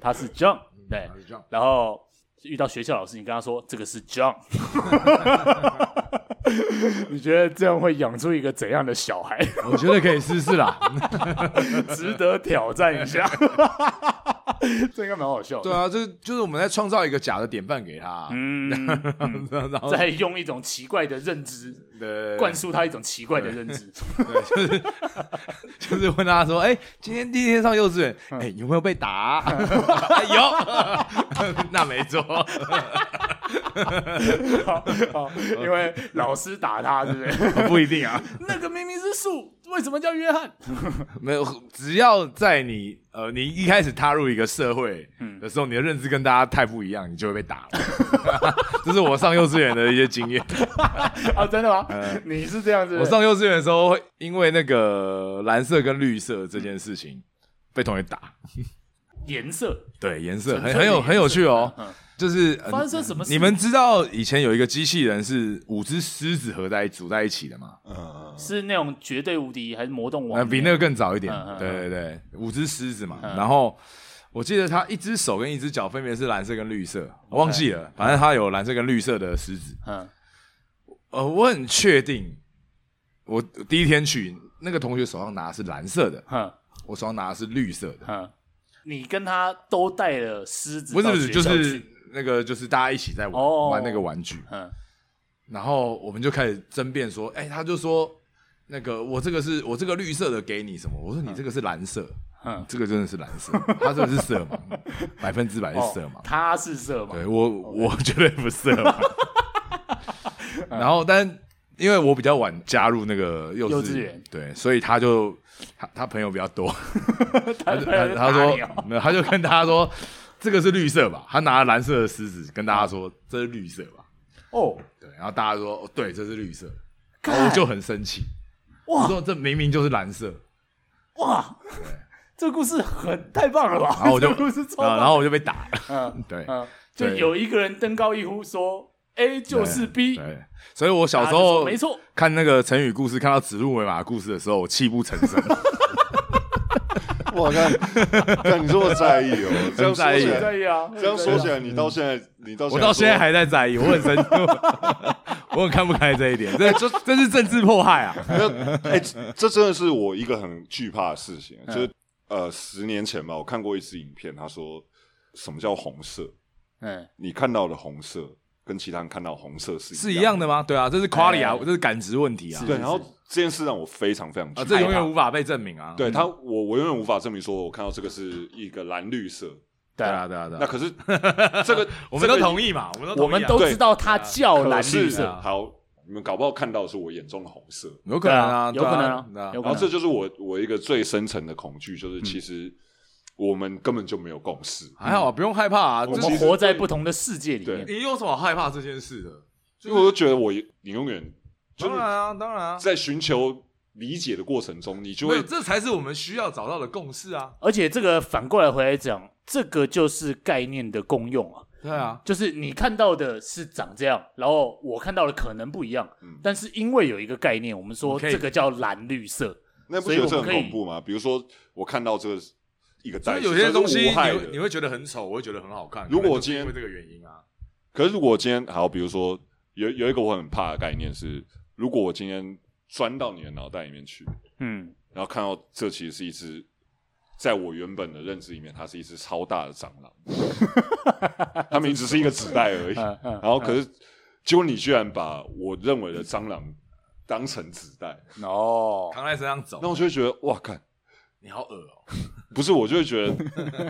Speaker 3: 他是 John。”对，
Speaker 4: 是这样，
Speaker 3: 然后遇到学校老师，你跟他说：“这个是 John。” 你觉得这样会养出一个怎样的小孩？
Speaker 4: 我觉得可以试试啦。
Speaker 3: 值得挑战一下， 这应该蛮好笑的。
Speaker 4: 对啊，就是就是我们在创造一个假的典范给他，
Speaker 3: 嗯，
Speaker 4: 然后
Speaker 3: 再用一种奇怪的认知
Speaker 4: 对
Speaker 3: 灌输他一种奇怪的认知。
Speaker 4: 就是问他说：“哎、今天第一天上幼稚园，
Speaker 3: 嗯
Speaker 4: 哎、有没有被打、
Speaker 3: 哎
Speaker 4: 有，那没错。
Speaker 3: 好好， 因为老师打他，对不对？
Speaker 4: 不一定啊，
Speaker 3: 那个明明是树，为什么叫约翰？
Speaker 4: 没有，只要在你呃，你一开始踏入一个社会
Speaker 3: 嗯
Speaker 4: 的时候，你的认知跟大家太不一样，你就会被打了。 这是我上幼稚园的一些经验。
Speaker 3: 啊，真的吗？你是这样子？
Speaker 4: 呃我上幼稚园的时候，因为那个蓝色跟绿色这件事情，被同学打。
Speaker 3: 颜色
Speaker 4: 对，颜色很
Speaker 3: 纯粹的
Speaker 4: 很有
Speaker 3: 颜色
Speaker 4: 很有趣哦
Speaker 3: 嗯嗯，
Speaker 4: 就是呃
Speaker 3: 发生什么事？
Speaker 4: 你们知道以前有一个机器人是五只狮子合在一组在一起的吗？
Speaker 2: 嗯嗯
Speaker 3: 是那种绝对无敌还是魔动
Speaker 4: 呃，
Speaker 3: 王？
Speaker 4: 比那个更早一点
Speaker 3: 嗯嗯。嗯
Speaker 4: 对对对，五只狮子嘛。然后我记得它一只手跟一只脚分别是蓝色跟绿色，我忘记了，反正它有蓝色跟绿色的狮子。
Speaker 3: 嗯
Speaker 4: 呃，我很确定，我第一天去那个同学手上拿的是蓝色的，
Speaker 3: 哼
Speaker 4: 我手上拿的是绿色的，
Speaker 3: 哼，你跟他都带了狮子
Speaker 4: 不
Speaker 3: 到
Speaker 4: 是
Speaker 3: 学校
Speaker 4: 不
Speaker 3: 去，
Speaker 4: 是，就是那个就是大家一起在
Speaker 3: 哦
Speaker 4: 玩玩那个玩具。
Speaker 3: 嗯
Speaker 4: 然后我们就开始争辩说，哎、他就说那个我这个是我这个绿色的给你什么？我说你这个是蓝色，
Speaker 3: 嗯
Speaker 4: 这个真的是蓝色，他这个是色盲， 百分之百是色盲。
Speaker 3: 哦他是色盲，
Speaker 4: 对我我绝对不色盲。
Speaker 3: 嗯
Speaker 4: 然后，但因为我比较晚加入那个幼
Speaker 3: 幼稚园，
Speaker 4: 对，所以他就他他朋友比较多，
Speaker 3: 他
Speaker 4: 就
Speaker 3: 他
Speaker 4: 他
Speaker 3: 打
Speaker 4: 说
Speaker 3: 你哦
Speaker 4: 没有，他就跟大家说这个是绿色吧，他拿了蓝色的狮子跟大家说这是绿色吧。
Speaker 3: 哦，
Speaker 4: 对，然后大家说，哦，对，这是绿色，
Speaker 3: 干
Speaker 4: 然后我就很生气，我说这明明就是蓝色，
Speaker 3: 哇，这故事很太棒了吧？
Speaker 4: 然后我就，
Speaker 3: 这故事超
Speaker 4: 啊
Speaker 3: 棒，
Speaker 4: 然后我就被打了，
Speaker 3: 嗯
Speaker 4: 对
Speaker 3: 嗯，就
Speaker 4: 对
Speaker 3: 有一个人登高一呼说 A 就是
Speaker 4: 对
Speaker 3: B，
Speaker 4: 对，所以我小
Speaker 3: 大家
Speaker 4: 时
Speaker 3: 就说
Speaker 4: 候
Speaker 3: 没错，
Speaker 4: 看那个成语故事，看到指鹿为马的故事的时候，我泣不成声，
Speaker 2: 嗯，哇， 看，看你这么在意 哦，这样
Speaker 4: 很
Speaker 2: 说
Speaker 4: 在意
Speaker 2: 起
Speaker 3: 对
Speaker 2: 来
Speaker 3: 在意啊，
Speaker 2: 这样说起来，你到现在，你到
Speaker 4: 我到现在还在在意，我很生气，我很看不开这一 点，这这这是政治迫害啊，
Speaker 2: 还那哎、这这真的是我一个很惧怕的事情，
Speaker 4: 嗯
Speaker 2: 就是呃，十年前吧，我看过一支影片，他说什么叫红色？
Speaker 3: 嗯，
Speaker 2: 你看到的红色跟其他人看到的红色是
Speaker 4: 是一
Speaker 2: 一
Speaker 4: 样
Speaker 2: 的。
Speaker 4: 的吗？对啊，这是夸里啊
Speaker 3: 哎，
Speaker 4: 这是感知问题啊，
Speaker 2: 对，
Speaker 3: 是
Speaker 2: 然后这件事让我非常非常惧
Speaker 4: 啊，
Speaker 2: 怕。
Speaker 4: 这永远无法被证明啊，
Speaker 2: 对他，我我永远无法证明说我看到这个是一个蓝绿色，
Speaker 3: 对啊
Speaker 4: 啊，对啊，对啊。
Speaker 2: 那可是这个
Speaker 4: 我们都
Speaker 2: 这个
Speaker 4: 同意哦嘛，我们都同意啊
Speaker 3: 我们都
Speaker 2: 对
Speaker 3: 知道它叫蓝
Speaker 2: 可
Speaker 3: 绿
Speaker 2: 是
Speaker 4: 啊
Speaker 3: 色，
Speaker 2: 好，你们搞不好看到的是我眼中的红色，
Speaker 4: 有可
Speaker 3: 对
Speaker 4: 能
Speaker 3: 啊有可能啊
Speaker 4: 对啊
Speaker 3: 有可
Speaker 2: 然后
Speaker 3: 能
Speaker 2: 这就是我我一个最深层的恐惧，
Speaker 4: 嗯
Speaker 2: 就是其实我们根本就没有共识。
Speaker 4: 还好啊，不用害怕啊。
Speaker 2: 我
Speaker 4: 这
Speaker 3: 我
Speaker 2: 们
Speaker 4: 是
Speaker 3: 们活在不同的世界里面。
Speaker 4: 你有什么好害怕这件事的？
Speaker 2: 因为我就觉得我你永远就是
Speaker 4: 当然啊，当然啊，
Speaker 2: 在寻求理解的过程中，你就
Speaker 4: 没有，
Speaker 2: 会
Speaker 4: 这才是我们需要找到的共识啊。
Speaker 3: 而且这个反过来回来讲，这个就是概念的功用啊，
Speaker 4: 对啊，
Speaker 3: 就是你看到的是长这样，然后我看到的可能不一样，但是因为有一个概念，我们
Speaker 4: 我
Speaker 3: 说
Speaker 4: 嗯们可以
Speaker 3: 这个叫蓝绿色，
Speaker 2: 那不
Speaker 3: 所以
Speaker 2: 觉得这
Speaker 3: 我们
Speaker 2: 很
Speaker 3: 可以
Speaker 2: 恐怖吗？比如说我看到这个一个
Speaker 4: 所
Speaker 2: 袋
Speaker 4: 以
Speaker 2: 子，
Speaker 4: 有些
Speaker 2: 这是
Speaker 4: 东西
Speaker 2: 无害的
Speaker 4: 你你会觉得很丑，我会觉得很好看。
Speaker 2: 如果
Speaker 4: 可能
Speaker 2: 我
Speaker 4: 就是因
Speaker 2: 今天
Speaker 4: 为这个原因啊，
Speaker 2: 可是我今天好，比如说有有一个我很怕的概念是，如果我今天钻到你的脑袋里面去，
Speaker 3: 嗯，
Speaker 2: 然后看到这其实是一只，在我原本的认知里面，它是一只超大的蟑螂， 它明明只是一个纸袋而已。
Speaker 3: 嗯
Speaker 2: 然后可是，结果你居然把我认为的蟑螂当成纸袋，
Speaker 3: 哦，
Speaker 4: 扛在身上走
Speaker 2: 那，我就会觉得哇，看
Speaker 4: 你好恶哦。
Speaker 2: 不是，我就会觉得。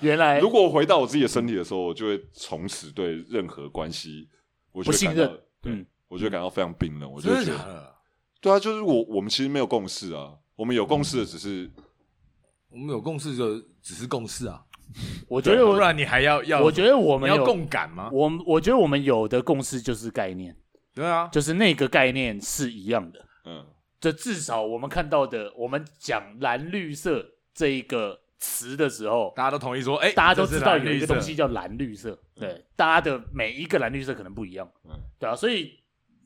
Speaker 3: 原来
Speaker 2: 如果我回到我自己的身体的时候，我就会从此对任何关系，我就会
Speaker 3: 不信
Speaker 2: 感到
Speaker 3: 任
Speaker 2: 对、
Speaker 3: 嗯
Speaker 2: 我就会感到非常冰冷。我就
Speaker 4: 真
Speaker 2: 会
Speaker 4: 的
Speaker 2: 觉
Speaker 4: 假
Speaker 2: 得，
Speaker 4: 的？
Speaker 2: 对啊，就是我我们其实没有共识啊，我们有共识的只是
Speaker 4: 我们有共识就只是共识啊，
Speaker 3: 我觉得
Speaker 4: 不
Speaker 3: 我，
Speaker 4: 然你还要要？
Speaker 3: 我觉得我
Speaker 4: 我
Speaker 3: 们
Speaker 4: 要
Speaker 3: 有
Speaker 4: 共感吗？
Speaker 3: 我们我觉得我们有的共识就是概念，
Speaker 4: 对啊，
Speaker 3: 就是那个概念是一样的。
Speaker 2: 嗯，
Speaker 3: 这至少我们看到的，我们讲蓝绿色这一个词的时候，
Speaker 4: 大家都同意说，哎，
Speaker 3: 大家都
Speaker 4: 这是
Speaker 3: 知道
Speaker 4: 蓝
Speaker 3: 有一
Speaker 4: 绿
Speaker 3: 个
Speaker 4: 色
Speaker 3: 东西叫蓝绿色，对，大家的每一个蓝绿色可能不一样，
Speaker 2: 嗯
Speaker 3: 对啊，所以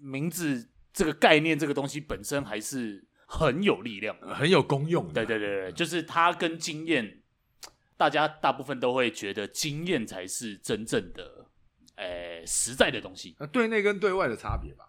Speaker 3: 名字这个概念这个东西本身还是很有力量的，
Speaker 4: 很嗯有功用的
Speaker 3: 对。对对对，就是它跟经验，大家大部分都会觉得经验才是真正的，诶、实在的东西。
Speaker 4: 那对内跟对外的差别吧，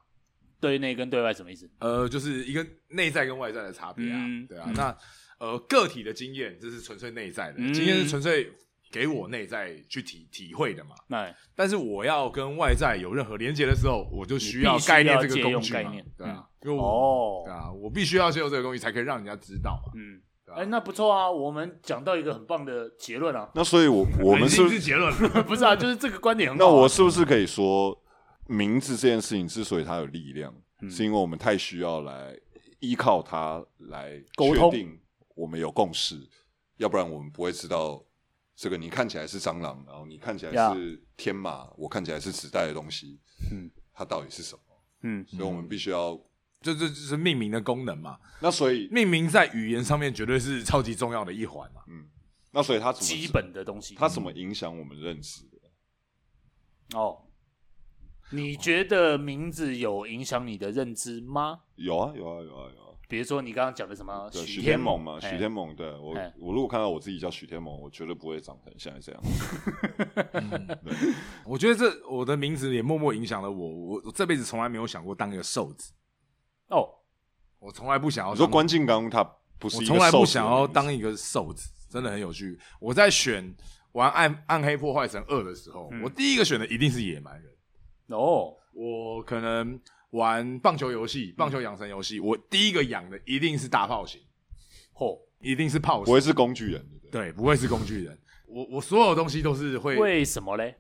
Speaker 3: 对内跟对外什么意思？
Speaker 4: 呃，就是一个内在跟外在的差别啊，
Speaker 3: 嗯
Speaker 4: 对啊。那呃，个体的经验这是纯粹内在的，
Speaker 3: 嗯
Speaker 4: 经验是纯粹给我内在去体体会的嘛。
Speaker 3: 那
Speaker 4: 但是我要跟外在有任何连接的时候，我就需
Speaker 3: 你必须
Speaker 4: 概念
Speaker 3: 要
Speaker 4: 这个
Speaker 3: 借
Speaker 4: 工
Speaker 3: 用
Speaker 4: 具
Speaker 3: 概
Speaker 4: 嘛
Speaker 3: 念，嗯
Speaker 4: 对啊，因为我、
Speaker 3: 哦
Speaker 4: 对，啊，我必须要借用这个东西才可以让人家知道嘛。
Speaker 3: 嗯，
Speaker 4: 对啊
Speaker 3: 哎，那不错啊，我们讲到一个很棒的结论啊，
Speaker 2: 那所以我，我们是
Speaker 4: 已经结论了，
Speaker 3: 不是啊，就是这个观点很好
Speaker 2: 那
Speaker 3: 啊。
Speaker 2: 我是不是可以说，名字这件事情之所以它有力量，
Speaker 3: 嗯
Speaker 2: 是因为我们太需要来依靠它来
Speaker 3: 沟通
Speaker 2: 确定我们有共识，要不然我们不会知道这个你看起来是蟑螂，然后你看起来是天马，我看起来是纸袋的东西，
Speaker 3: 嗯
Speaker 2: 它到底是什么？
Speaker 3: 嗯，
Speaker 2: 所以我们必须要。
Speaker 4: 这这就是命名的功能嘛。
Speaker 2: 那所以，
Speaker 4: 命名在语言上面绝对是超级重要的一环嘛。
Speaker 2: 那所以它怎么
Speaker 3: 基本的东西，
Speaker 2: 它怎么影响我们认知的？
Speaker 3: 哦，你觉得名字有影响你的认知吗？
Speaker 2: 有啊，有啊，有啊，有啊。
Speaker 3: 比如说你刚刚讲的什么
Speaker 2: 对，许
Speaker 3: 天
Speaker 2: 天猛嘛，
Speaker 3: 哎
Speaker 2: 许天猛，对我
Speaker 3: 哎，
Speaker 2: 我如果看到我自己叫许天猛，我绝对不会长成现在这样。
Speaker 4: 我觉得这我的名字也默默影响了我，我我这辈子从来没有想过当一个瘦子，
Speaker 3: 哦，
Speaker 4: 我从来不想要
Speaker 2: 我说
Speaker 4: 当
Speaker 2: 关敬刚他不是
Speaker 4: 哦我
Speaker 2: 一个
Speaker 4: 从来
Speaker 2: 瘦
Speaker 4: 不
Speaker 2: 子的
Speaker 4: 想要
Speaker 2: 名字
Speaker 4: 当一个瘦子，真的很有趣。我在选玩《暗暗黑破坏神二》的时候，
Speaker 2: 嗯
Speaker 4: 我第一个选的一定是野蛮人。
Speaker 3: 哦，
Speaker 4: 我可能玩棒球游戏、棒球养成游戏，我第一个养的一定是大炮型，
Speaker 3: 嚯，
Speaker 4: 一定是炮
Speaker 2: 不
Speaker 4: 型
Speaker 2: 会，是工具人，对不对？
Speaker 4: 对，不会是工具人。我我所有东西都是会，
Speaker 3: 为什么嘞？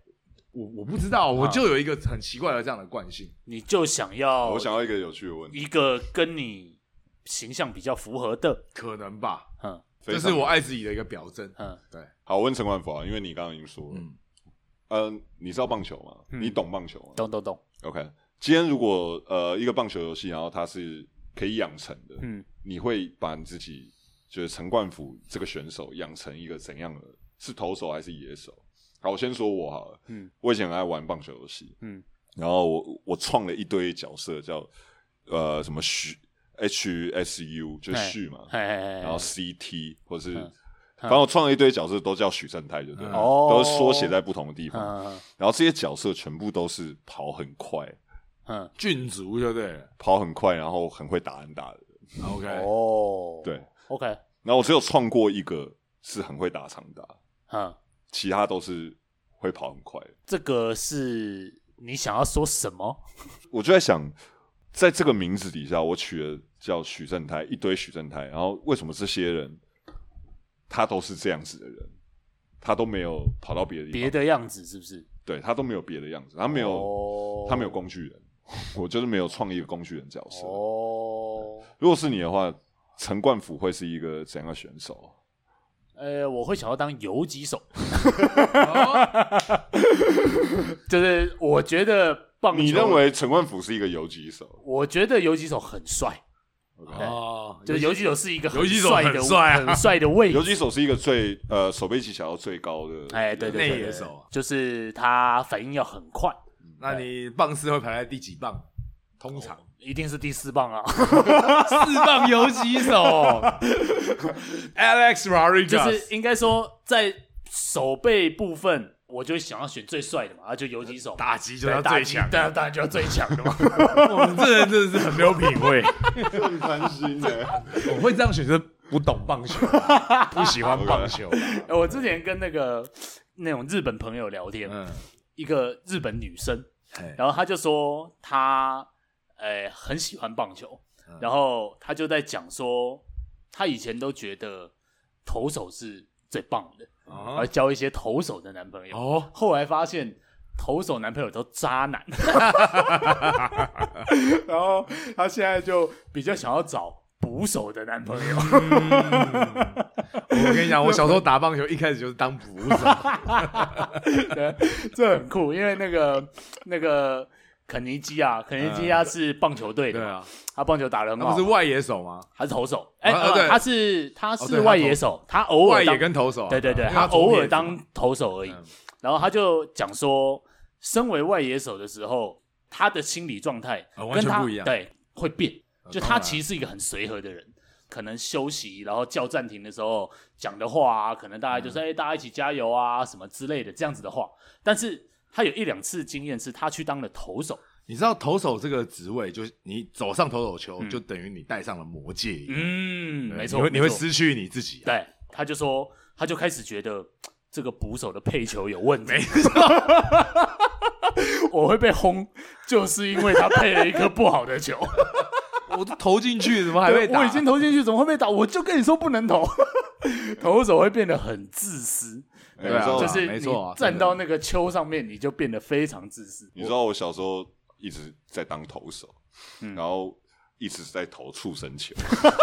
Speaker 4: 我我不知道，我
Speaker 2: 啊
Speaker 4: 就有一个很奇怪的这样的惯性。
Speaker 3: 你就想要
Speaker 2: 我想要一个有趣的问
Speaker 4: 哦
Speaker 2: 题，
Speaker 3: 一个跟你形象比较符合的，
Speaker 4: 可能吧，
Speaker 3: 嗯
Speaker 2: 非
Speaker 4: 这
Speaker 2: 常
Speaker 4: 是我爱自己的一个表征。
Speaker 3: 嗯，
Speaker 4: 对，
Speaker 2: 好我问陈冠福啊，因为你刚刚已经说了，
Speaker 4: 嗯
Speaker 2: 嗯、你知道棒球吗？你懂棒球吗
Speaker 3: 懂懂懂，
Speaker 2: ？OK，今天如果呃一个棒球游戏，然后它是可以养成的，
Speaker 3: 嗯，
Speaker 2: 你会把你自己就是陈冠福这个选手养成一个怎样的？是投手还是野手？好，我先说我好了，
Speaker 3: 嗯
Speaker 2: 嗯，我以前很爱玩棒球游戏，
Speaker 3: 嗯
Speaker 2: 嗯，然后我我创了一堆角色叫呃什么许 H S U 就是
Speaker 3: 哎
Speaker 2: 旭嘛，
Speaker 3: 嘿嘿嘿
Speaker 2: 然后 CT 或是，
Speaker 3: 嗯
Speaker 2: 反正我创了一堆角色都叫许正泰，就对了，
Speaker 4: 嗯
Speaker 3: 哦
Speaker 2: 都是缩写在不同的地
Speaker 3: 嗯
Speaker 2: 方。
Speaker 3: 嗯
Speaker 2: 然后这些角色全部都是跑很快，
Speaker 3: 嗯
Speaker 4: 郡族就对了。
Speaker 2: 跑很快，然后很会打安打的。
Speaker 4: OK，
Speaker 3: 嗯，哦，
Speaker 2: 对，
Speaker 3: ，OK，
Speaker 2: 然后我只有创过一个是很会打长打，
Speaker 3: 嗯，
Speaker 2: 其他都是会跑很快的。
Speaker 3: 这个是你想要说什么？
Speaker 2: 我就在想，在这个名字底下，我取了叫许正泰，一堆许正泰。然后为什么这些人他都是这样子的人？他都没有跑到别的地方，
Speaker 3: 别的样子是不是？
Speaker 2: 对他都没有别的样子，他没有、
Speaker 3: 哦
Speaker 2: 他没有工具人，我就是没有创意的工具人角色。
Speaker 3: 哦，
Speaker 2: 如果是你的话，陈冠甫会是一个怎样的选手？
Speaker 3: 呃，我会想要当游击手，
Speaker 4: 哦
Speaker 3: 就是我觉得棒球，
Speaker 2: 你认？为陈冠甫是一个游击手？
Speaker 3: 我觉得游击手很帅，
Speaker 4: 哦，
Speaker 3: 就是游击手是一个
Speaker 4: 游击手
Speaker 3: 帅
Speaker 4: 很
Speaker 3: 的
Speaker 4: 帅啊
Speaker 3: 很帅的位置
Speaker 2: 游，击手是一个最呃手背技巧要最高的，
Speaker 3: 哎，对对
Speaker 4: 内
Speaker 3: 对
Speaker 4: 野
Speaker 3: 对，
Speaker 4: 手，啊
Speaker 3: 就是他反应要很快，
Speaker 4: 那你棒次会排在第几棒？通常
Speaker 3: 一定是第四棒啊，
Speaker 4: 四棒游击手 Alex
Speaker 3: 就
Speaker 4: Rodriguez，
Speaker 3: 是应该说在手背部分，我就想要选最帅的嘛，啊，就游击手嘛。
Speaker 4: 打击就
Speaker 3: 对
Speaker 4: 要
Speaker 3: 打
Speaker 4: 最
Speaker 3: 击
Speaker 4: 强，
Speaker 3: 当然当然就要最强的 嘛。
Speaker 4: 我们这人真的是很没有品 味。
Speaker 2: 很贪心 的。
Speaker 4: 我会这样选，择不懂棒球，不喜欢棒球。
Speaker 3: 呃我之前跟那个那种日本朋友聊天，
Speaker 4: 嗯，
Speaker 3: 一个日本女生，
Speaker 4: 嘿
Speaker 3: 然后她就说她呃很喜欢棒球，
Speaker 4: 嗯
Speaker 3: 然后她就在讲说，她以前都觉得投手是最棒的，而
Speaker 4: 哦
Speaker 3: 交一些投手的男朋友，
Speaker 4: 哦，
Speaker 3: 后来发现投手男朋友都渣 男，然后她现在就比较想要找捕手的男朋 友。
Speaker 4: 我跟你讲，我小时候打棒球，一开始就是当捕手。
Speaker 3: 对，这很酷，因为那个那个肯尼基啊，肯尼基
Speaker 4: 嗯
Speaker 3: 他是棒球队的
Speaker 4: 对
Speaker 3: 嘛，
Speaker 4: 啊，
Speaker 3: 他棒球打得很
Speaker 4: 他不
Speaker 3: 好
Speaker 4: 是，外野手吗？
Speaker 3: 他是投手，哎、
Speaker 4: 啊啊
Speaker 3: 呃
Speaker 4: 对哦
Speaker 3: 他是他是
Speaker 4: 对
Speaker 3: 外
Speaker 4: 他
Speaker 3: 野
Speaker 4: 投
Speaker 3: 手，他偶
Speaker 4: 外
Speaker 3: 尔
Speaker 4: 野
Speaker 3: 当，
Speaker 4: 跟投手啊。
Speaker 3: 对对对，
Speaker 4: 因为
Speaker 3: 他
Speaker 4: 左
Speaker 3: 偶
Speaker 4: 撇
Speaker 3: 尔
Speaker 4: 子
Speaker 3: 当投手而已。
Speaker 4: 嗯
Speaker 3: 然后他就讲说，身为外野手的时候，他的心理状态
Speaker 4: 呃完
Speaker 3: 跟
Speaker 4: 全
Speaker 3: 他
Speaker 4: 不一样哦
Speaker 3: 对，会变。就
Speaker 4: 当
Speaker 3: 他
Speaker 4: 然
Speaker 3: 其实是一个很随和的人，可能休息然后叫暂停的时候讲的话啊，可能大家
Speaker 4: 嗯
Speaker 3: 就是哎、大家一起加油啊什么之类的这样子的话。但是他有一两次经验是他去当了投手，
Speaker 4: 你知道投手这个职位，就是你走上投手球，就等于你戴上了魔戒一样。
Speaker 3: 嗯，
Speaker 4: 对
Speaker 3: 没
Speaker 4: 你
Speaker 3: 错，
Speaker 4: 会你会
Speaker 3: 没错
Speaker 4: 失去你自己啊。
Speaker 3: 对，他就说，他就开始觉得这个捕手的配球有问题。 我会被轰，就是因为他配了一颗不好的球。
Speaker 4: 我都投进去，怎么还会打？
Speaker 3: 我已经投进去，怎么会被打？我就跟你说不能投， 投手会变得很自私，
Speaker 2: 哎
Speaker 4: 对啊
Speaker 2: 你知道
Speaker 3: 就
Speaker 2: 吗
Speaker 3: 是
Speaker 4: 没
Speaker 3: 你
Speaker 4: 错啊
Speaker 3: 站
Speaker 4: 真的
Speaker 3: 到那个球上面，你就变得非常自私。
Speaker 2: 你知道我小时候一直在当投手，
Speaker 3: 嗯
Speaker 2: 然后一直在投畜生球，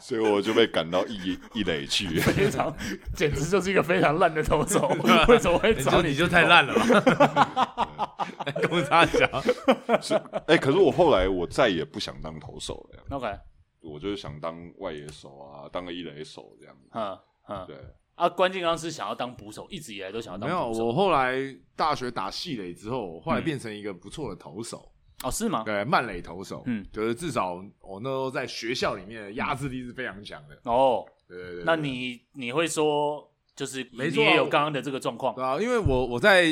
Speaker 2: 所以我就被赶到一一垒 去。
Speaker 3: 非 常，简直就是一个非常烂的投手，为什么会
Speaker 4: 你
Speaker 3: 找
Speaker 4: 就
Speaker 3: 你？
Speaker 4: 你就太烂了吧？ 公差小，
Speaker 2: 是哎、可是我后来我再也不想当投手了，
Speaker 3: OK，
Speaker 2: 我就是想当外野手啊，当个一垒手这样子。
Speaker 3: 嗯嗯，
Speaker 2: 对，
Speaker 3: 啊，关键刚刚是想要当捕手，一直以来都想要
Speaker 4: 没
Speaker 3: 当
Speaker 4: 有。
Speaker 3: 捕手。
Speaker 4: 我后来大学打系垒之后，我后来变成一个不错的投手，
Speaker 3: 哦，是吗？
Speaker 4: 对，慢垒投手，嗯
Speaker 3: 嗯，
Speaker 4: 就是至少我那时候在学校里面的压制力是非常强的。
Speaker 3: 哦，
Speaker 4: 对对对，
Speaker 3: 那
Speaker 4: 对
Speaker 3: 你你会说，就是
Speaker 4: 没
Speaker 3: 你
Speaker 4: 错啊
Speaker 3: 也有
Speaker 4: 我
Speaker 3: 刚刚的这个状况
Speaker 4: 对啊，因为我我在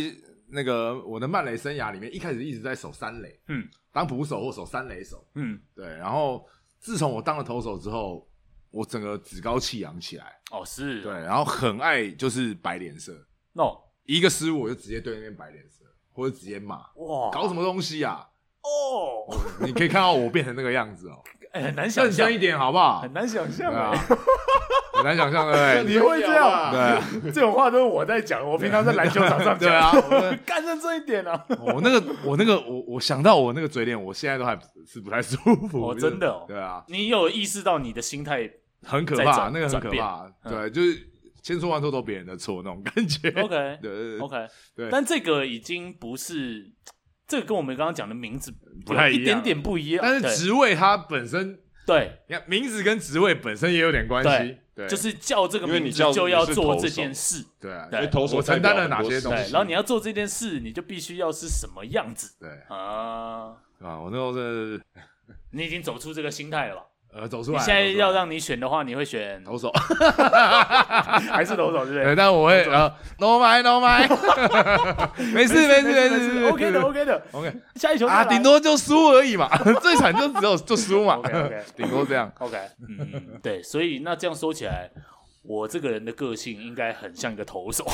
Speaker 4: 那个我的慢垒生涯里面，一开始一直在守三垒，
Speaker 3: 嗯，
Speaker 4: 当捕手或守三垒手，
Speaker 3: 嗯，
Speaker 4: 对。然后自从我当了投手之后，我整个趾高气扬起来，
Speaker 3: 哦，是，
Speaker 4: 对，然后很爱就是摆脸色，
Speaker 3: ，no，
Speaker 4: 一个失误我就直接对那边摆脸色，或者直接骂，
Speaker 3: 哇，
Speaker 4: 搞什么东西啊？
Speaker 3: 哦，
Speaker 4: 你可以看到我变成那个样子哦，
Speaker 3: 哎很难 想
Speaker 4: 认
Speaker 3: 象
Speaker 4: 真一，点好不好？
Speaker 3: 很难想象
Speaker 4: 对啊
Speaker 3: 哎，，
Speaker 4: 很难想象对 不
Speaker 3: 你
Speaker 4: 对？
Speaker 3: 会这样？
Speaker 4: 对啊，
Speaker 3: 这种话都是我在讲， 我平常在篮球场上讲。
Speaker 4: 对啊，我
Speaker 3: 干认真一点啊！
Speaker 4: 我那个我那个我我想到我那个嘴脸，我现在都还是不太舒服。
Speaker 3: 哦
Speaker 4: 就是
Speaker 3: 真的哦
Speaker 4: 对啊，
Speaker 3: 你有意识到你的心态
Speaker 4: 很可
Speaker 3: 在
Speaker 4: 怕，
Speaker 3: 转嗯
Speaker 4: 那个很可怕。对，就是千错万错都别人的错那种感觉。
Speaker 3: ？OK
Speaker 4: 对对对
Speaker 3: OK，
Speaker 4: 对
Speaker 3: 但这个已经不是这个跟我们刚刚讲的名字
Speaker 4: 不太一
Speaker 3: 一
Speaker 4: 样
Speaker 3: 点点不一样，
Speaker 4: 但是职位它本身，
Speaker 3: 对
Speaker 4: 你看名字跟职位本身也有点关系
Speaker 3: 对。
Speaker 4: 对，
Speaker 3: 对，就是叫这个
Speaker 2: 因为
Speaker 3: 名
Speaker 2: 你
Speaker 3: 字
Speaker 2: 叫
Speaker 3: 就要
Speaker 2: 你是投
Speaker 3: 做
Speaker 2: 手
Speaker 3: 这件事，
Speaker 4: 对啊，
Speaker 3: 对
Speaker 2: 因为投手
Speaker 4: 我承
Speaker 2: 代表
Speaker 4: 担了哪
Speaker 2: 很多
Speaker 4: 些
Speaker 2: 事
Speaker 4: 东
Speaker 3: 对
Speaker 4: 西，？
Speaker 3: 然后你要做这件事，你就必须要是什么样子
Speaker 4: 对
Speaker 3: 啊？
Speaker 4: 啊，我那时候真的是
Speaker 3: 你已经走出这个心态了吧？
Speaker 4: 呃走出
Speaker 3: 你
Speaker 4: 来了。
Speaker 3: 现在
Speaker 4: 走出来
Speaker 3: 要
Speaker 4: 了
Speaker 3: 让你选的话，你会选
Speaker 4: 投手，
Speaker 3: 还是投手，对不
Speaker 4: 对，
Speaker 3: 对？
Speaker 4: 但我会呃 no my no my，没事 没事没事没事
Speaker 3: ，OK 的 OK 的，
Speaker 4: OK
Speaker 3: 下一球再
Speaker 4: 啊，
Speaker 3: 来
Speaker 4: 顶多就输而已嘛， 最惨就只有就输嘛
Speaker 3: OK，OK，
Speaker 4: 顶多这样。
Speaker 3: OK，嗯，对，所以那这样说起来，我这个人的个性应该很像一个投手，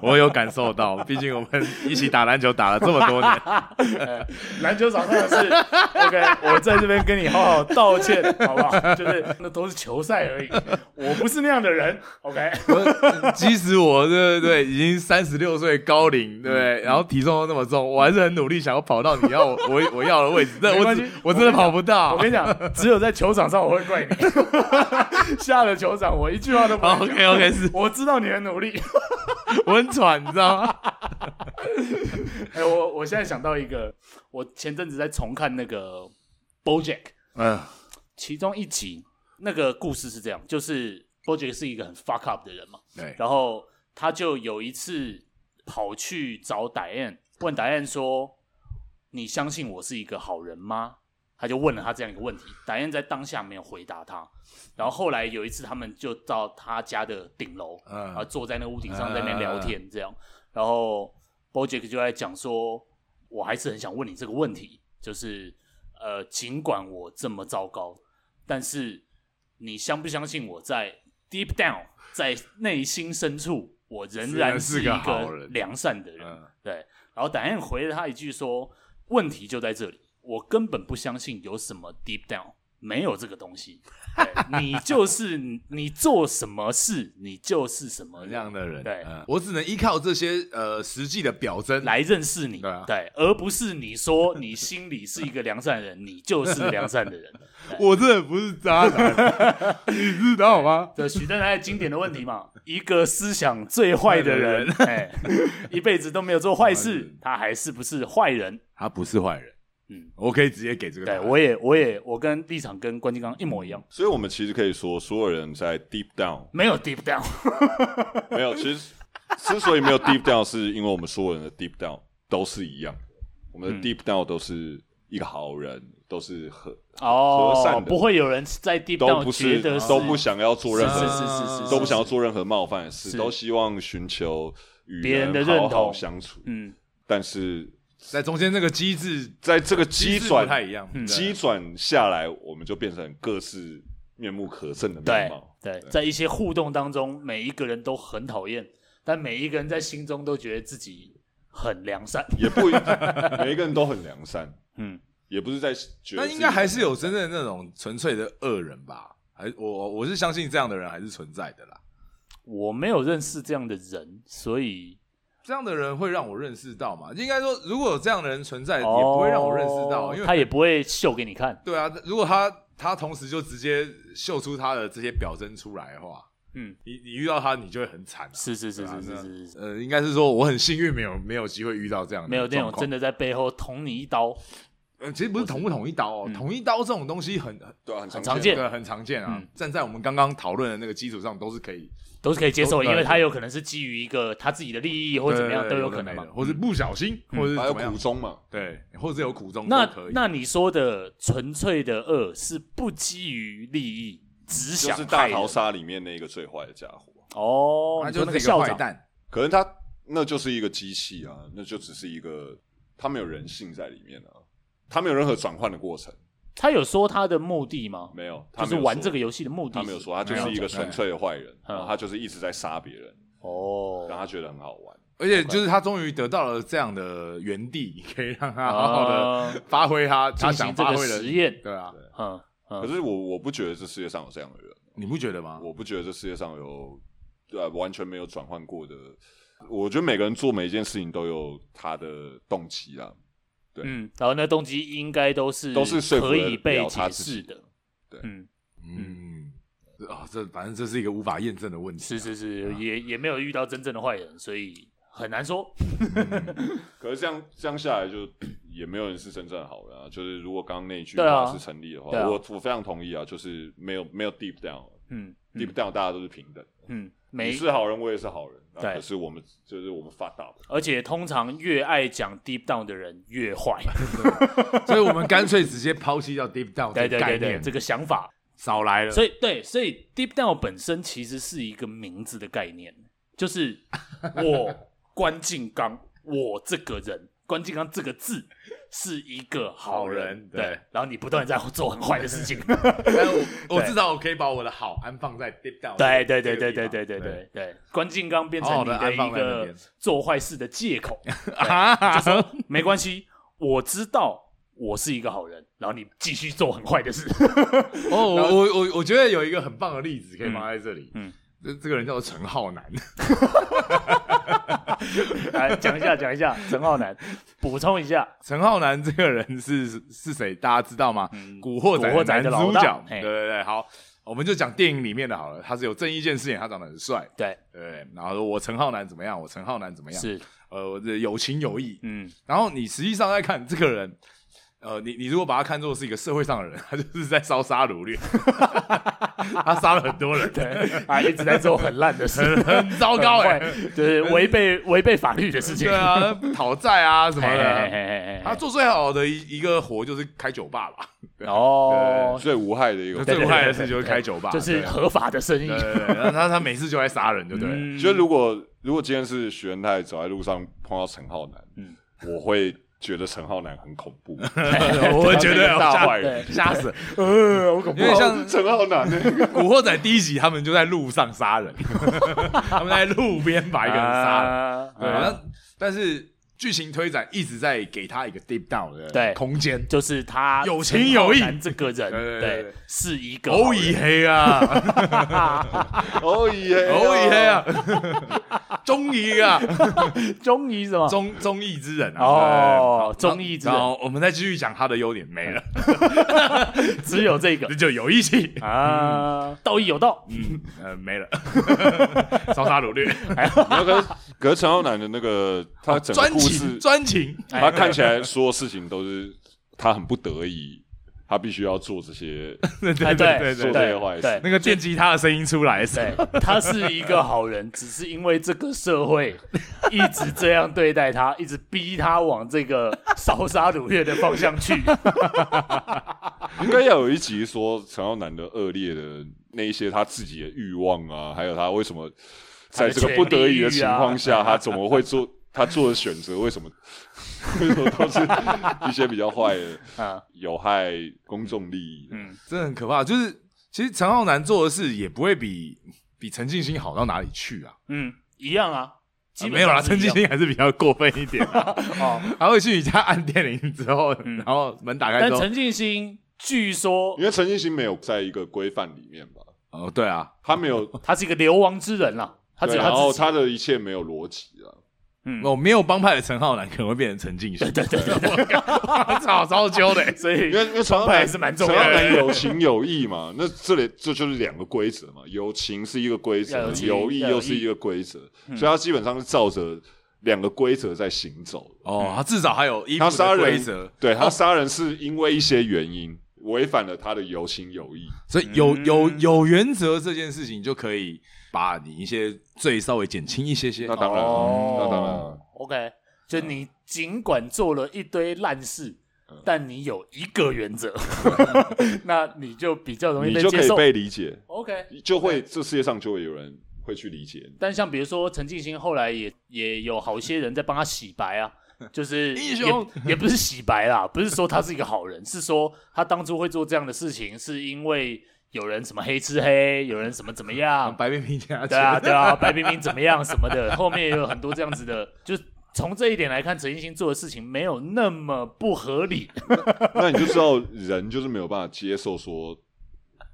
Speaker 4: 我有感受到，毕竟我们一起打篮球打了这么多年，
Speaker 3: 篮球场上的 事，OK，我在这边跟你好好道歉，好不好？就是那都是球赛而已，我不是那样的人，OK。
Speaker 4: 即使我对对对已经三十六岁高龄，对不对？然后体重又那么重，我还是很努力想要跑到你 要我我我要的位置，但
Speaker 3: 没
Speaker 4: 我
Speaker 3: 关系
Speaker 4: 只我真的跑不
Speaker 3: 我
Speaker 4: 到。
Speaker 3: 跟你讲，只有在球场上我会怪你， 下了球场我一句话都不 会讲。
Speaker 4: OK OK，是
Speaker 3: 我知道你很努力。
Speaker 4: 我很喘，你知道吗？
Speaker 3: 哎、我我现在想到一个，我前阵子在重看那个《BoJack》，
Speaker 4: 嗯，
Speaker 3: 其中一集那个故事是这样，就是 BoJack 是一个很 fuck up 的人嘛，
Speaker 4: 对，
Speaker 3: 然后他就有一次跑去找 Diane，问 Diane 说：“你相信我是一个好人吗？”他就问了他这样一个问题，Diane 在当下没有回答他。然后后来有一次，他们就到他家的顶楼，
Speaker 4: 嗯
Speaker 3: 啊，坐在那个屋顶上在那边聊天，这样。然后 BoJack 就在讲说：“我还是很想问你这个问题，就是呃，尽管我这么糟糕，但是你相不相信我在 deep down 在内心深处，我仍然
Speaker 4: 是
Speaker 3: 一
Speaker 4: 个好
Speaker 3: 个
Speaker 4: 人
Speaker 3: 良善的人？
Speaker 4: 嗯
Speaker 3: 对。然后达恩回了他一句说：“问题就在这里，我根本不相信有什么 deep down，没有这个东西。对你就是你做什么事，你就是什么
Speaker 4: 这样
Speaker 3: 人
Speaker 4: 的人，
Speaker 3: 对
Speaker 4: 嗯我只能依靠这些呃实际的表征
Speaker 3: 来认识你，
Speaker 4: 对啊
Speaker 3: 而不是你说你心里是一个良善的人，你就是良善的 人。
Speaker 4: 我真的不是渣男， 你知道吗？
Speaker 3: 这许正来经典的问题嘛， 一个思想最坏的人，哎，一辈子都没有做坏 事，他还是不是坏人？
Speaker 4: 他不是坏人，嗯
Speaker 3: 嗯，
Speaker 4: 我可以直接给这个答
Speaker 3: 对啊
Speaker 4: 案。
Speaker 3: 我也，我也，我跟立场跟关金刚一模一样，
Speaker 2: 所以我们其实可以说，所有人在 deep down
Speaker 3: 没有 deep down，
Speaker 2: 没有，其实之所以没有 deep down，是因为我们所有人的 deep down 都是一样，我们的
Speaker 3: 嗯
Speaker 2: deep down 都是一个好人，都是和和善
Speaker 3: 哦
Speaker 2: 的，
Speaker 3: 不会有人在 deep
Speaker 2: 都
Speaker 3: down
Speaker 2: 不
Speaker 3: 觉
Speaker 2: 是
Speaker 3: 得是
Speaker 2: 都不想要做任
Speaker 3: 是
Speaker 2: 何
Speaker 3: 是是是是
Speaker 2: 都不想要做任何冒犯的事，
Speaker 3: 是
Speaker 2: 都希望寻求与
Speaker 3: 别人的认
Speaker 2: 好
Speaker 3: 同
Speaker 2: 好相处。
Speaker 3: 嗯，
Speaker 2: 但是
Speaker 4: 在中间这个机制
Speaker 2: 在这个
Speaker 4: 机
Speaker 2: 机
Speaker 4: 制
Speaker 2: 转
Speaker 4: 不太一样，
Speaker 3: 嗯
Speaker 2: 机转下来，我们就变成各式面目可憎的面
Speaker 3: 对
Speaker 2: 貌。
Speaker 3: 对，在一些互动当中，每一个人都很讨厌，但每一个人在心中都觉得自己很良善，
Speaker 2: 也不一每一个人都很良善，
Speaker 3: 嗯，
Speaker 2: 也不是在觉得
Speaker 4: 那
Speaker 2: 自己
Speaker 4: 应该还是有真正那种纯粹的恶人吧？还我我我是相信这样的人还是存在的啦。
Speaker 3: 我没有认识这样的人，所以
Speaker 4: 这样的人会让我认识到嘛？应该说，如果有这样的人存在，哎也
Speaker 3: 哦
Speaker 4: 不会让我认识到，因为
Speaker 3: 他也不会秀给你看，
Speaker 4: 对啊，如果他他同时就直接秀出他的这些表征出来的话，
Speaker 3: 嗯，
Speaker 4: 你你遇到他，你就会很惨啊、
Speaker 3: 是是是
Speaker 4: 对啊
Speaker 3: 是是
Speaker 4: 对啊
Speaker 3: 是是。
Speaker 4: 呃，应该是说我很幸运，没有没有机会遇到这样的
Speaker 3: 没有那种真
Speaker 4: 的、
Speaker 3: 的在背后捅你一刀。
Speaker 4: 呃，其实不是捅不捅一刀哦，捅一刀这种东西很很
Speaker 2: 对啊，很
Speaker 3: 嗯很
Speaker 2: 常
Speaker 3: 常
Speaker 2: 见。
Speaker 3: 见
Speaker 4: 对很常见啊。
Speaker 3: 嗯
Speaker 4: 站在我们刚刚讨论的那个基础上，都是可以
Speaker 3: 都是可以接受的，
Speaker 4: 都
Speaker 3: 因为他有可能是基于一个他自己的利益或者怎么样都有可能
Speaker 4: 的
Speaker 3: 嘛。嗯
Speaker 4: 或是不小心，或者
Speaker 2: 还有
Speaker 4: 是怎么样
Speaker 2: 苦，衷嘛？
Speaker 4: 对，或者有苦衷
Speaker 3: 那
Speaker 4: 都可以。
Speaker 3: 那你说的纯粹的恶是不基于利益，只
Speaker 2: 就
Speaker 3: 想
Speaker 2: 是大
Speaker 3: 害人
Speaker 2: 逃杀啊里面那个最坏的家伙，
Speaker 3: 哦，
Speaker 4: 那
Speaker 3: 你
Speaker 4: 就
Speaker 3: 说那
Speaker 4: 是一个
Speaker 3: 校
Speaker 4: 坏
Speaker 3: 长
Speaker 4: 蛋，
Speaker 2: 可能他那就是一个机器啊，那就只是一个，他没有人性在里面啊，他没有任何转换的过程，
Speaker 3: 他有说他的目的吗？
Speaker 2: 没有，他
Speaker 3: 就是
Speaker 2: 没有
Speaker 3: 玩
Speaker 2: 说
Speaker 3: 这个游戏的目的是，
Speaker 2: 他没有说，他就是一个纯粹的坏人，
Speaker 3: 嗯
Speaker 2: 然后他就是一直在杀别人，让
Speaker 3: 哦，
Speaker 2: 他觉得很好玩。
Speaker 4: 而且就是他终于得到了这样的原地，可以让他好好的发挥他他
Speaker 3: 哦进
Speaker 4: 想
Speaker 3: 行这
Speaker 4: 发
Speaker 3: 个
Speaker 4: 挥的
Speaker 3: 实。验，
Speaker 4: 对啊，
Speaker 3: 嗯
Speaker 2: 可
Speaker 3: 嗯，
Speaker 2: 是我我不觉得这世界上有这样的人，啊
Speaker 4: 你不觉得吗？
Speaker 2: 我不觉得这世界上有对、啊、完全没有转换过的。我觉得每个人做每一件事情都有他的动机啊，
Speaker 3: 嗯，然后那动机应该都是
Speaker 2: 都是说服
Speaker 3: 可
Speaker 2: 得
Speaker 3: 以被
Speaker 2: 了他
Speaker 3: 解
Speaker 2: 自己
Speaker 3: 释的，
Speaker 2: 对
Speaker 3: 嗯，
Speaker 4: 嗯，啊，这反正这是一个无法验证的问题。啊
Speaker 3: 是是
Speaker 2: 啊
Speaker 3: 是，也也没有遇到真正的坏人，所以很难说。
Speaker 2: 可是这样这样下来就也没有人是真正的好人啊。就是如果刚刚那一句
Speaker 3: 对啊
Speaker 2: 话是成立的话，
Speaker 3: 对啊
Speaker 2: 我我非常同意啊。就是没有没有 deep down，deep
Speaker 3: 嗯
Speaker 2: down 大家都是平等，
Speaker 3: 嗯，
Speaker 2: 你
Speaker 3: 没，
Speaker 2: 是啊好人，我也是好人。然后
Speaker 3: 对
Speaker 2: 可是我们就是我们 fuck up，
Speaker 3: 而且通常越爱讲 deep down 的人越 坏。
Speaker 4: 所以我们干脆直接抛弃掉 deep down
Speaker 3: 对
Speaker 4: 这
Speaker 3: 对
Speaker 4: 个概
Speaker 3: 对对，
Speaker 4: 念，
Speaker 3: 这个想法。
Speaker 4: 少来了。
Speaker 3: 所以对，所以 deep down 本身其实是一个名字的概念，就是 我关敬刚，我这个人，关敬刚这个字是一个好人，
Speaker 4: 好人
Speaker 3: 对
Speaker 4: 对
Speaker 3: 然后你不断地在做很坏的事 情，
Speaker 4: 但我我至少我可以把我的好安放在 deep down
Speaker 3: 对对
Speaker 4: 这
Speaker 3: 对对
Speaker 4: 个地
Speaker 3: 对
Speaker 4: 方
Speaker 3: 对对对对，关进刚变成
Speaker 4: 好
Speaker 3: 你
Speaker 4: 好地
Speaker 3: 的
Speaker 4: 安
Speaker 3: 一
Speaker 4: 放在那
Speaker 3: 个
Speaker 4: 边
Speaker 3: 做坏事的借
Speaker 4: 哦
Speaker 3: 口，
Speaker 4: 啊，
Speaker 3: 没关系，我知道我是一个好人，然后你继续做很坏的 事，
Speaker 4: 哦，我我我我觉得有一个很棒的例子可以放在这里，嗯
Speaker 3: 嗯，
Speaker 4: 这这个人叫做陈浩南，
Speaker 3: 来哎讲一下讲一下，陈浩南补充一下，
Speaker 4: 陈浩南这个人是是是谁？大家知道吗？古惑
Speaker 3: 嗯
Speaker 4: 仔
Speaker 3: 古惑仔
Speaker 4: 男
Speaker 3: 的老
Speaker 4: 主
Speaker 3: 大
Speaker 4: 角，对
Speaker 3: 嘿
Speaker 4: 对对，好，我们就讲电影里面的好了，他是有正义剑饰演，他长得很帅，
Speaker 3: 对，
Speaker 4: 对不对，然后说我陈浩南怎么样，我陈浩南怎么样，
Speaker 3: 是，
Speaker 4: 呃，我这有情有义，
Speaker 3: 嗯，
Speaker 4: 然后你实际上在看这个人，呃，你你如果把他看作是一个社会上的人，他就是在烧杀掳掠， 他杀了很多人，
Speaker 3: 啊，一直在做很烂的事，
Speaker 4: 很糟糕哎、
Speaker 3: 很坏就是违背违背法律的事情，
Speaker 4: 对啊，讨债啊什么
Speaker 3: 嘿，嘿嘿
Speaker 4: 的。
Speaker 3: 嘿嘿
Speaker 4: 他做最好的一一个活就是开酒吧吧，
Speaker 3: 嘿哦，
Speaker 2: 最无害的一个。
Speaker 4: 最
Speaker 3: 对
Speaker 4: 不害的事就是开酒吧，
Speaker 3: 就是
Speaker 4: 对
Speaker 3: 合法的生意，
Speaker 4: 对对对，然后他他每次就在杀人，就对了。
Speaker 3: 嗯
Speaker 2: 觉得如果如果今天是许元泰走在路上碰到陈浩南，
Speaker 3: 嗯
Speaker 2: 我会觉得陈浩南很恐 怖，
Speaker 4: 我会觉
Speaker 2: 他
Speaker 4: 得
Speaker 2: 是一个大坏人，
Speaker 4: 吓死，
Speaker 2: 呃，好恐怖
Speaker 4: 因为像
Speaker 2: 陈浩南那个，
Speaker 4: 《古惑仔》第一集他们就在路上杀人，他们在路边把一个人杀了。
Speaker 3: 啊
Speaker 4: 对，那但是剧情推展一直在给他一个 deep down 的
Speaker 3: 对
Speaker 4: 空间，
Speaker 3: 就是他
Speaker 4: 有情有义
Speaker 3: 陈浩南这个人，
Speaker 4: 对对对对
Speaker 3: 对，是一个
Speaker 4: 狗
Speaker 3: 好人
Speaker 4: 以黑啊，
Speaker 2: 哦耶，
Speaker 4: 狗以黑，啊，忠义啊，
Speaker 3: 中医是吗？
Speaker 4: 忠忠义之人啊。
Speaker 3: 哦
Speaker 4: 对
Speaker 3: 忠义之人
Speaker 4: 然后 我们再继续讲他的优点没了，
Speaker 3: 只有这个
Speaker 4: 这就有义气，嗯
Speaker 3: 啊，道义有道，
Speaker 4: 呃，没 了，烧杀掳掠，
Speaker 2: 那个可是陈浩南的那个他整个
Speaker 4: 专
Speaker 2: 故
Speaker 4: 情
Speaker 2: 事，
Speaker 4: 专情，
Speaker 3: 哎
Speaker 2: 他看起来所有事情都是他很不得已，他必须要做这些
Speaker 4: 对
Speaker 3: 哎对
Speaker 4: 对 对
Speaker 2: 做这
Speaker 4: 对对，
Speaker 2: 些坏事。
Speaker 4: 那个电吉他的声音出来
Speaker 3: 对
Speaker 4: 是，
Speaker 3: 他是一个好人，只是因为这个社会一直这样对待他，一直逼他往这个烧杀掳掠的方向 去。
Speaker 2: 应该要有一集说陈浩南的恶劣的那一些他自己的欲望啊，还有他为什么在这个不得已的情况下，
Speaker 3: 啊
Speaker 2: 他怎么会做他做的选择？为什么 为什么都是一些比较坏的
Speaker 3: 啊，嗯
Speaker 2: 有害公众利益的？
Speaker 4: 真的很可怕。就是其实陈浩南做的事也不会比比陈静心好到哪里去啊。
Speaker 3: 嗯，一样啊，基
Speaker 4: 啊
Speaker 3: 本
Speaker 4: 没有啦，
Speaker 3: 上
Speaker 4: 陈
Speaker 3: 是一
Speaker 4: 静
Speaker 3: 样
Speaker 4: 心还是比较过分一 点、啊，
Speaker 3: 哦。
Speaker 4: 他会去你家按电铃之后，然后门打开
Speaker 3: 但
Speaker 4: 之后，
Speaker 3: 陈静心据说
Speaker 2: 因为陈奕迅没有在一个规范里面吧，
Speaker 4: 哦，对啊，
Speaker 2: 他没有，
Speaker 3: 他是一个流亡之人啦， 他只
Speaker 2: 对
Speaker 3: 有
Speaker 2: 然后
Speaker 3: 他自己。
Speaker 2: 他的一切没有逻辑啊。
Speaker 3: 嗯
Speaker 4: 哦我、没有帮派的陈浩南可能会变成陈静心，对对对 我操，糟揪 的、
Speaker 3: 所以
Speaker 2: 因为因为陈浩
Speaker 3: 帮
Speaker 2: 南
Speaker 3: 派还是蛮重要
Speaker 2: 陈
Speaker 3: 的
Speaker 2: 浩 南有情有义嘛，那这里这就是两个规则嘛，有情是一个规
Speaker 3: 要
Speaker 2: 则
Speaker 3: 有，情嗯
Speaker 2: 有义
Speaker 3: 要有
Speaker 2: 又是一个规则，所以他基本上是照着两个规则在行走。
Speaker 4: 哦，他至少还有衣服
Speaker 2: 他杀
Speaker 4: 的规
Speaker 2: 人
Speaker 4: 则，，
Speaker 2: 对他杀人是因为一些原因违反了他的有情有义。
Speaker 4: 所以有有有原则这件事情就可以把你一些罪稍微减轻一些些
Speaker 2: 那。当然，
Speaker 3: 哦
Speaker 2: 那当然了，
Speaker 3: OK，就你尽管做了一堆烂事，
Speaker 2: 嗯
Speaker 3: 但你有一个原 则，那你就比较容易
Speaker 2: 你
Speaker 3: 被
Speaker 2: 就
Speaker 3: 接
Speaker 2: 可以
Speaker 3: 受。
Speaker 2: 被理解，
Speaker 3: OK，
Speaker 2: 就会这世界上就会有人会去理解你。
Speaker 3: 但像比如说陈静心后来也也有好些人在帮他洗 白啊，就是
Speaker 4: 英雄
Speaker 3: 也也不是洗白啦，不是说他是一个好人，是说他当初会做这样的事情，是因为有人什么黑吃黑，有人什么怎么 样，
Speaker 4: 白冰冰家
Speaker 3: 对 啊，对啊，白冰冰怎么样什么的，后面也有很多这样子的，就是从这一点来看，陈奕迅做的事情没有那么不 合理。
Speaker 2: 那你就知道人就是没有办法接受说，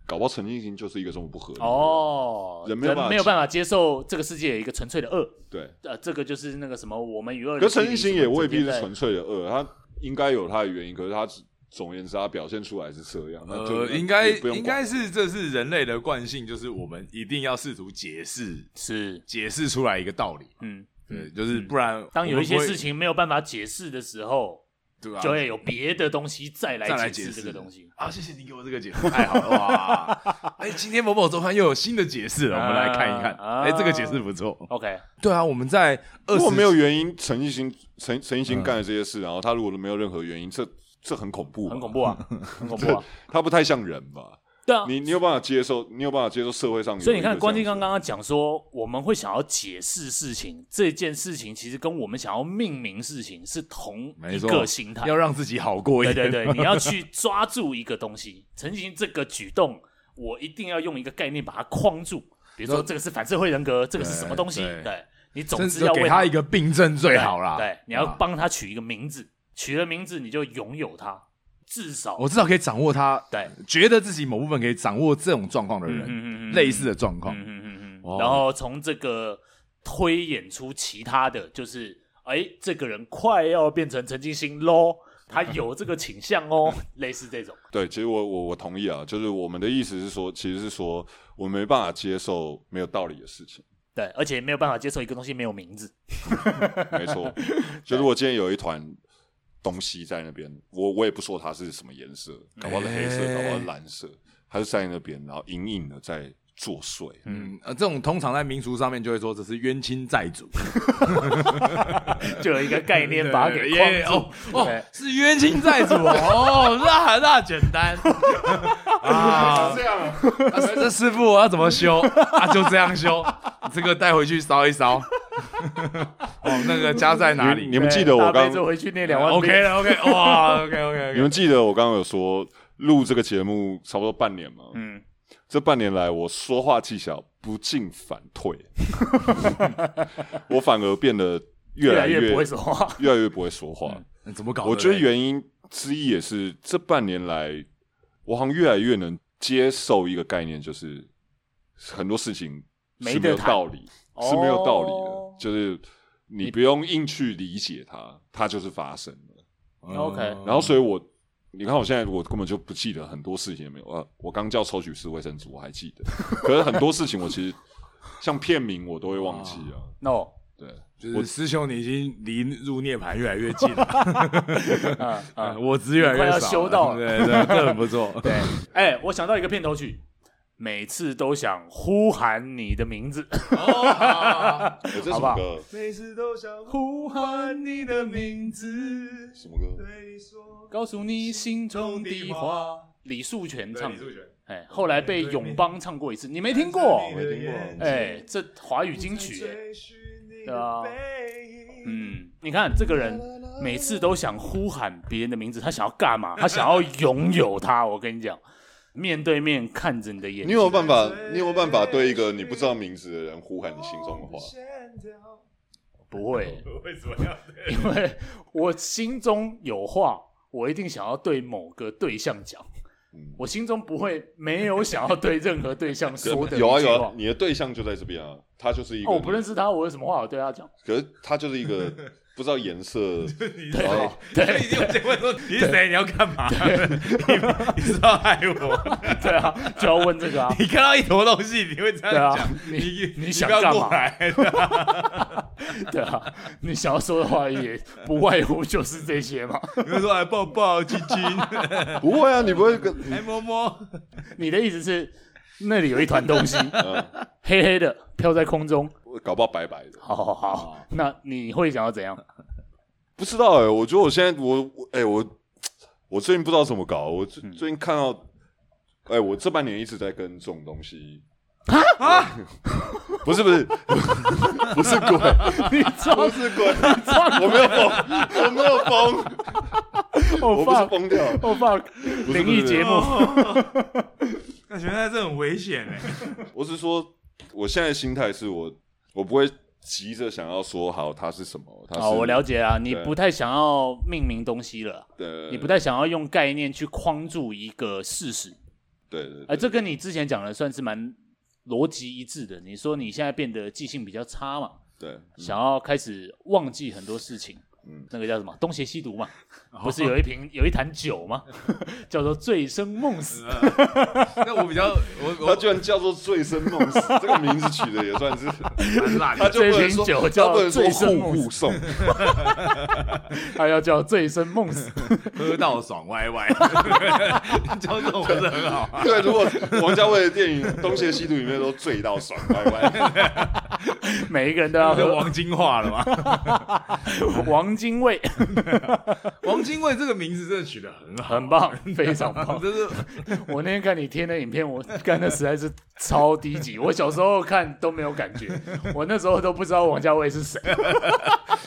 Speaker 2: 搞不好陈奕迅就是一个这么不合理的人。
Speaker 3: 哦，
Speaker 2: 人
Speaker 3: 人
Speaker 2: 没有办法
Speaker 3: 没有办法接受这个世界有一个纯粹的恶，
Speaker 2: 对。
Speaker 3: 呃，这个就是那个什么我们与恶的
Speaker 2: 可
Speaker 3: 距
Speaker 2: 是
Speaker 3: 离。
Speaker 2: 陈奕迅也未必
Speaker 3: 什
Speaker 2: 是
Speaker 3: 么之间的
Speaker 2: 纯粹的恶，他应该有他的原因，可是他只总而言之，他表现出来是这样，那就
Speaker 4: 呃，应该
Speaker 2: 也不用
Speaker 4: 应该是这是人类的惯性，就是我们一定要试图解释
Speaker 3: 是，
Speaker 4: 解释出来一个道理。
Speaker 3: 嗯，
Speaker 4: 对，就是不然
Speaker 3: 当有一些
Speaker 4: 我们不
Speaker 3: 事，
Speaker 4: 会
Speaker 3: 情没有办法解释的时候，
Speaker 4: 对吧？
Speaker 3: 就会有别的东西再
Speaker 4: 再来
Speaker 3: 来解
Speaker 4: 解释
Speaker 3: 释这个东西。
Speaker 4: 啊，谢谢你给我这个解释，太好了哇！哎，今天某某周刊又有新的解释了，我们来看一看。
Speaker 3: 啊
Speaker 4: 哎，这个解释不错。
Speaker 3: OK，
Speaker 4: 对啊，我们在二
Speaker 2: 如
Speaker 4: 十嗯
Speaker 2: 果没有原因，陈奕迅陈陈奕迅干的这些事，然后他如果没有任何原因，这这很恐怖，哦
Speaker 3: 很恐，怖啊，很恐怖啊。
Speaker 2: 他不太像人吧？
Speaker 3: 对啊，
Speaker 2: 你你有办法接受，你有办法接受社会上有一个这样子。
Speaker 3: 所以你看，关键刚刚刚讲说，我们会想要解释事情，这件事情其实跟我们想要命名事情是同
Speaker 4: 没
Speaker 3: 一
Speaker 4: 错
Speaker 3: 个心态。
Speaker 4: 要让自己好过一
Speaker 3: 对对
Speaker 4: 点。
Speaker 3: 对，你要去抓住一个东西，曾经这个举动，我一定要用一个概念把它框住。比如说，这个是反社会人格，这个是什么东西？
Speaker 4: 对
Speaker 3: 对你总
Speaker 4: 甚
Speaker 3: 之
Speaker 4: 至
Speaker 3: 要
Speaker 4: 给
Speaker 3: 为
Speaker 4: 他一个病症最
Speaker 3: 对
Speaker 4: 好啦。
Speaker 3: 对，你要
Speaker 4: 啊
Speaker 3: 帮他取一个名字，取了名字你就拥有它，至少
Speaker 4: 我至少可以掌握他，
Speaker 3: 对，
Speaker 4: 觉得自己某部分可以掌握这种状况的
Speaker 3: 嗯嗯
Speaker 4: 人，
Speaker 3: 嗯嗯，
Speaker 4: 类似的状况
Speaker 3: 嗯，嗯嗯
Speaker 4: 哦
Speaker 3: 嗯，然后从这个推演出其他的，就是哎，这个人快要变成陈金星喽，他有这个倾向哦，类似这种，
Speaker 2: 对，其实我我我同意啊，就是我们的意思是说，其实是说我没办法接受没有道理的事情。
Speaker 3: 对，而且没有办法接受一个东西没有名字，
Speaker 2: 没 错，就如果今天有一团东西在那边，我我也不说它是什么颜色，搞不好是黑色，
Speaker 4: 哎
Speaker 2: 搞不好是蓝色，它就在那边，然后隐隐的在作祟。
Speaker 4: 嗯，呃，这种通常在民俗上面就会说这是冤亲债主，
Speaker 3: 就有一个概念把它给
Speaker 4: 耶
Speaker 3: 框住。
Speaker 4: 哦
Speaker 3: 对
Speaker 4: 哦，是冤亲债主 哦，哦那那简单啊，
Speaker 2: 这样，
Speaker 4: 啊这师傅我要怎么修啊？就这样修，这个带回去烧 一烧。哦，那个家在哪里？
Speaker 2: 你们记得我
Speaker 3: 大
Speaker 2: 刚
Speaker 3: 悲咒回去念两万遍
Speaker 4: OK 了，OK，哇，OK OK，
Speaker 2: 你们记得我刚刚有说录这个节目差不多半年吗？
Speaker 3: 嗯，
Speaker 2: 这半年来我说话技巧不进反 退，我反而变得越
Speaker 3: 越
Speaker 2: 来
Speaker 3: 来
Speaker 2: 越
Speaker 3: 越不会说话。嗯
Speaker 2: 越来越不会说话。
Speaker 4: 们怎么搞的嘞？
Speaker 2: 我觉得原因之一也是这半年来，我好像越来越能接受一个概念，就是很多事情是
Speaker 3: 没
Speaker 2: 没
Speaker 3: 得
Speaker 2: 有
Speaker 3: 谈
Speaker 2: 道理，是没有道理的，
Speaker 3: 哦
Speaker 2: 就是你不用硬去理解它，它就是发生了。
Speaker 4: 嗯
Speaker 3: OK
Speaker 2: 然后，所以我。你看，我现在我根本就不记得很多事情有没有。呃，我刚叫抽取式卫生纸，我还记得，可是很多事情我其实像片名我都会忘记啊。
Speaker 3: No，
Speaker 2: 对，
Speaker 4: 就是师兄，你已经离入涅槃越来越近了，
Speaker 3: 啊 啊，
Speaker 4: 我只越来
Speaker 3: 你
Speaker 4: 越
Speaker 3: 快要
Speaker 4: 少了
Speaker 3: 修到了
Speaker 4: 对对，这很不错。
Speaker 3: 对，哎，我想到一个片头曲，每次都想呼喊你的名字。
Speaker 2: 哎这是什
Speaker 3: 好不
Speaker 2: 么
Speaker 3: 好
Speaker 2: 歌？
Speaker 4: 每次都想
Speaker 3: 呼喊你的名字，
Speaker 2: 什么歌？
Speaker 4: 对你说，
Speaker 3: 告诉你心中的话。李树全唱的，
Speaker 4: 全
Speaker 3: 哎，后来被永邦唱过一次，你没听过？
Speaker 2: 没听过
Speaker 3: 哎，这华语金曲，哎，
Speaker 4: 对
Speaker 3: 对啊，
Speaker 2: 哎
Speaker 3: 嗯，你看这个人每次都想呼喊别人的名字，他想要干嘛？他想要拥有他。我跟你讲，面对面看着你的眼
Speaker 2: 你
Speaker 3: 睛，
Speaker 2: 有没有办法？你有没有办法对一个你不知道名字的人呼喊你心中的
Speaker 1: 嗯
Speaker 2: 话？
Speaker 3: 不会，
Speaker 4: 为什么要
Speaker 3: 因为我心中有话，我一定想要对某个对象讲
Speaker 2: 嗯。
Speaker 3: 我心中不会没有想要对任何 对象说的一句
Speaker 2: 有
Speaker 3: 话。
Speaker 2: 啊有啊，你的对象就在这边啊，他就是一个
Speaker 3: 哦，我不认
Speaker 2: 识，
Speaker 3: 识他，我有什么话好对 他讲？
Speaker 2: 可是他就是一个不知道颜色，然后
Speaker 4: 对，你有结婚说你是谁？你要干嘛？你你知道害我？ 。
Speaker 3: 对啊，就要问这个啊
Speaker 4: 你看到一坨东西，你会这
Speaker 3: 对
Speaker 4: 样
Speaker 3: 啊
Speaker 4: 讲？，你
Speaker 3: 你
Speaker 4: 不
Speaker 3: 想
Speaker 4: 要
Speaker 3: 干
Speaker 4: 过
Speaker 3: 嘛？
Speaker 4: 来？
Speaker 3: 对啊，你想要说的话也不外乎就是这些嘛。
Speaker 4: 你会说来抱抱、亲亲、
Speaker 2: 不会啊，你不会跟
Speaker 4: 来摸摸。
Speaker 3: 你的意思是那里有一团东西，
Speaker 2: 嗯，
Speaker 3: 黑黑的飘在空中？
Speaker 2: 搞不好白白的，
Speaker 3: 好好
Speaker 2: 哦
Speaker 3: 好，那你会想 要怎样？
Speaker 2: 不知道哎，我觉得我现在我我哎我我最近不知道怎么搞，我最
Speaker 3: 嗯
Speaker 2: 最近看到。哎，我这半年一直在跟这种东西啊， 不是不是不是鬼，
Speaker 3: 你知道
Speaker 2: 不是鬼，我没有疯，我没有疯，我
Speaker 3: 我
Speaker 2: 不是
Speaker 3: 放
Speaker 2: 疯掉，
Speaker 3: 我放
Speaker 2: 不是
Speaker 3: 哦灵异节目，
Speaker 4: 那现在这很危险哎。
Speaker 2: 我是说，我现在的心态是我，我不会急着想要说好它是什么，它是
Speaker 3: 好，我了解啊，你
Speaker 2: 对呃
Speaker 3: 不太想要命名东西了，
Speaker 2: 对，
Speaker 3: 你不太想要用概念去框住一个事实，
Speaker 2: 对对
Speaker 3: 哎，
Speaker 2: 对，
Speaker 3: 这跟你之前讲的算是蛮逻辑一致的。你说你现在变得记性比较差嘛，
Speaker 2: 对
Speaker 3: 想要开始忘记很多事情，
Speaker 2: 嗯哦
Speaker 3: 那个叫什么东邪西 毒嘛，不是有一瓶有一坛酒吗？叫做醉生梦死。
Speaker 2: 嗯
Speaker 4: 那我比较
Speaker 2: 他
Speaker 4: 我
Speaker 2: 居然叫做醉生梦死，这个名字取的也算是，
Speaker 4: 我蛮烂
Speaker 2: 他
Speaker 4: 的。
Speaker 2: 就不能
Speaker 3: 这瓶酒
Speaker 2: 说，他
Speaker 3: 叫
Speaker 2: 不能说
Speaker 3: 醉生
Speaker 2: 互
Speaker 3: 梦死
Speaker 2: 互送，
Speaker 3: 他哎要叫醉生 梦死，
Speaker 4: 喝到爽歪歪，教这种不是很好 啊？
Speaker 2: 对，如果王家卫的电影《东邪西毒》里面都醉到爽歪歪，
Speaker 3: 每一个人都要
Speaker 4: 就
Speaker 3: 喝
Speaker 4: 王金化了嘛。
Speaker 3: 王 精卫，
Speaker 4: 王金卫这个名字真的取得很好，
Speaker 3: 很 棒，非常棒。
Speaker 4: 就是
Speaker 3: 我那天看你贴那影片，我看的实在是超低级。我小时候看都没有感觉，我那时候都不知道王家卫是谁，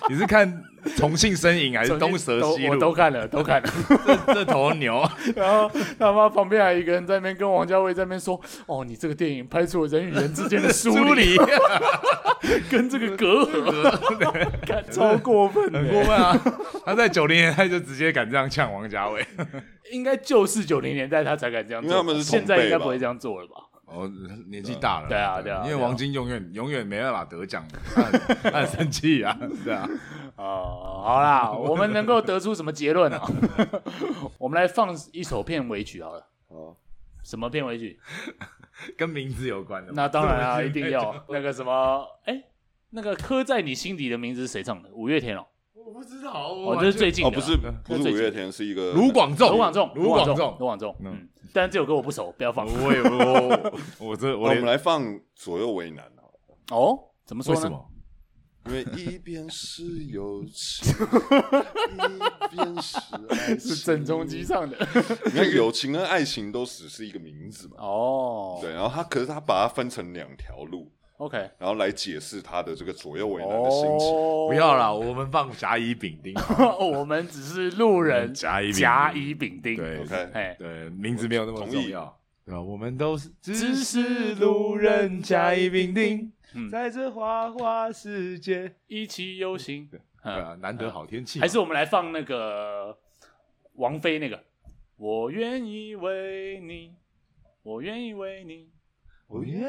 Speaker 4: 你是看重庆身影还是东蛇西
Speaker 3: 都我
Speaker 4: 路
Speaker 3: 都？看了，都看了。
Speaker 4: 这这 头牛，
Speaker 3: 然后他妈旁边还有一个人在那边跟王家卫在那边说：“哦，你这个电影拍出了人与人之间的 疏
Speaker 4: 朱
Speaker 3: 离，
Speaker 4: 莉
Speaker 3: 跟这个隔 阂，干超过分
Speaker 4: 很
Speaker 3: 的。
Speaker 4: 过分啊！他在九零年代就直接敢这样呛王家卫。
Speaker 3: 应该就是九零年代他才敢这样
Speaker 2: 因
Speaker 3: 做，
Speaker 2: 为他们是同
Speaker 3: 现在应该
Speaker 2: 辈吧
Speaker 3: 不会这样做了吧？
Speaker 4: 哦，年纪大了，
Speaker 3: 对啊对啊
Speaker 4: 因为
Speaker 3: 对啊
Speaker 4: 王晶永远永远没办法得奖，他很他很生气啊，对啊，
Speaker 3: 哦，好啦，我们能够得出什么结论啊？ 我们来放一首片尾曲好了。
Speaker 2: 哦，
Speaker 3: 什么片尾曲？
Speaker 4: 跟名字有关的。
Speaker 3: 那当然 啊，一定要那个什么，哎，那个刻在你心底的名字是谁唱的？五月天哦，
Speaker 4: 我不知道，
Speaker 3: 哦，
Speaker 4: 我
Speaker 3: 这是最近的
Speaker 2: 哦，
Speaker 3: 啦
Speaker 2: 不是
Speaker 3: 这
Speaker 2: 不是
Speaker 3: 啊最
Speaker 2: 五
Speaker 3: 近
Speaker 2: 月天，是一个
Speaker 4: 卢广仲，
Speaker 3: 卢广仲，
Speaker 4: 卢
Speaker 3: 广
Speaker 4: 广
Speaker 3: 仲，卢
Speaker 4: 仲。
Speaker 3: 广仲，
Speaker 4: 嗯
Speaker 3: 嗯，但这首歌我不熟，不要放
Speaker 4: 我也我我我这
Speaker 2: 我
Speaker 4: 我
Speaker 2: 们
Speaker 4: 连
Speaker 2: 来放左右为难好了
Speaker 3: 哦。怎么说
Speaker 4: 为
Speaker 3: 呢？
Speaker 4: 什么？
Speaker 2: 因为一边是友 情，一边是爱
Speaker 3: 是
Speaker 2: 情。
Speaker 3: 郑中基唱的
Speaker 2: 你看，友情跟爱情都只是一个名字嘛。
Speaker 3: 哦。
Speaker 2: 对，然后他可是他把它分成两条路，
Speaker 3: ，OK，
Speaker 2: 然后来解释他的这个左右为难的心情。
Speaker 3: 哦
Speaker 4: 不要啦，我们放甲乙丙丁。
Speaker 3: 我们只是路人
Speaker 4: 嗯甲乙丙丁
Speaker 3: 甲乙丙丁。
Speaker 4: 对
Speaker 2: OK，
Speaker 3: 哎，
Speaker 4: 对，名字没有那么
Speaker 2: 同意
Speaker 4: 重要。对啊，我们都是
Speaker 3: 只
Speaker 4: 只
Speaker 3: 是
Speaker 4: 是
Speaker 3: 路
Speaker 4: 路
Speaker 3: 人
Speaker 4: 人
Speaker 3: 甲
Speaker 4: 甲
Speaker 3: 乙
Speaker 4: 乙
Speaker 3: 丙
Speaker 4: 丙
Speaker 3: 丁
Speaker 4: 丁，
Speaker 3: 嗯
Speaker 4: 在这花花世界。
Speaker 3: 一起游行。
Speaker 4: 对
Speaker 3: 嗯，
Speaker 4: 啊，难得好天气嘛，
Speaker 3: 还是我们来放那个王菲那个，我愿意为你，我愿意为你
Speaker 4: 我愿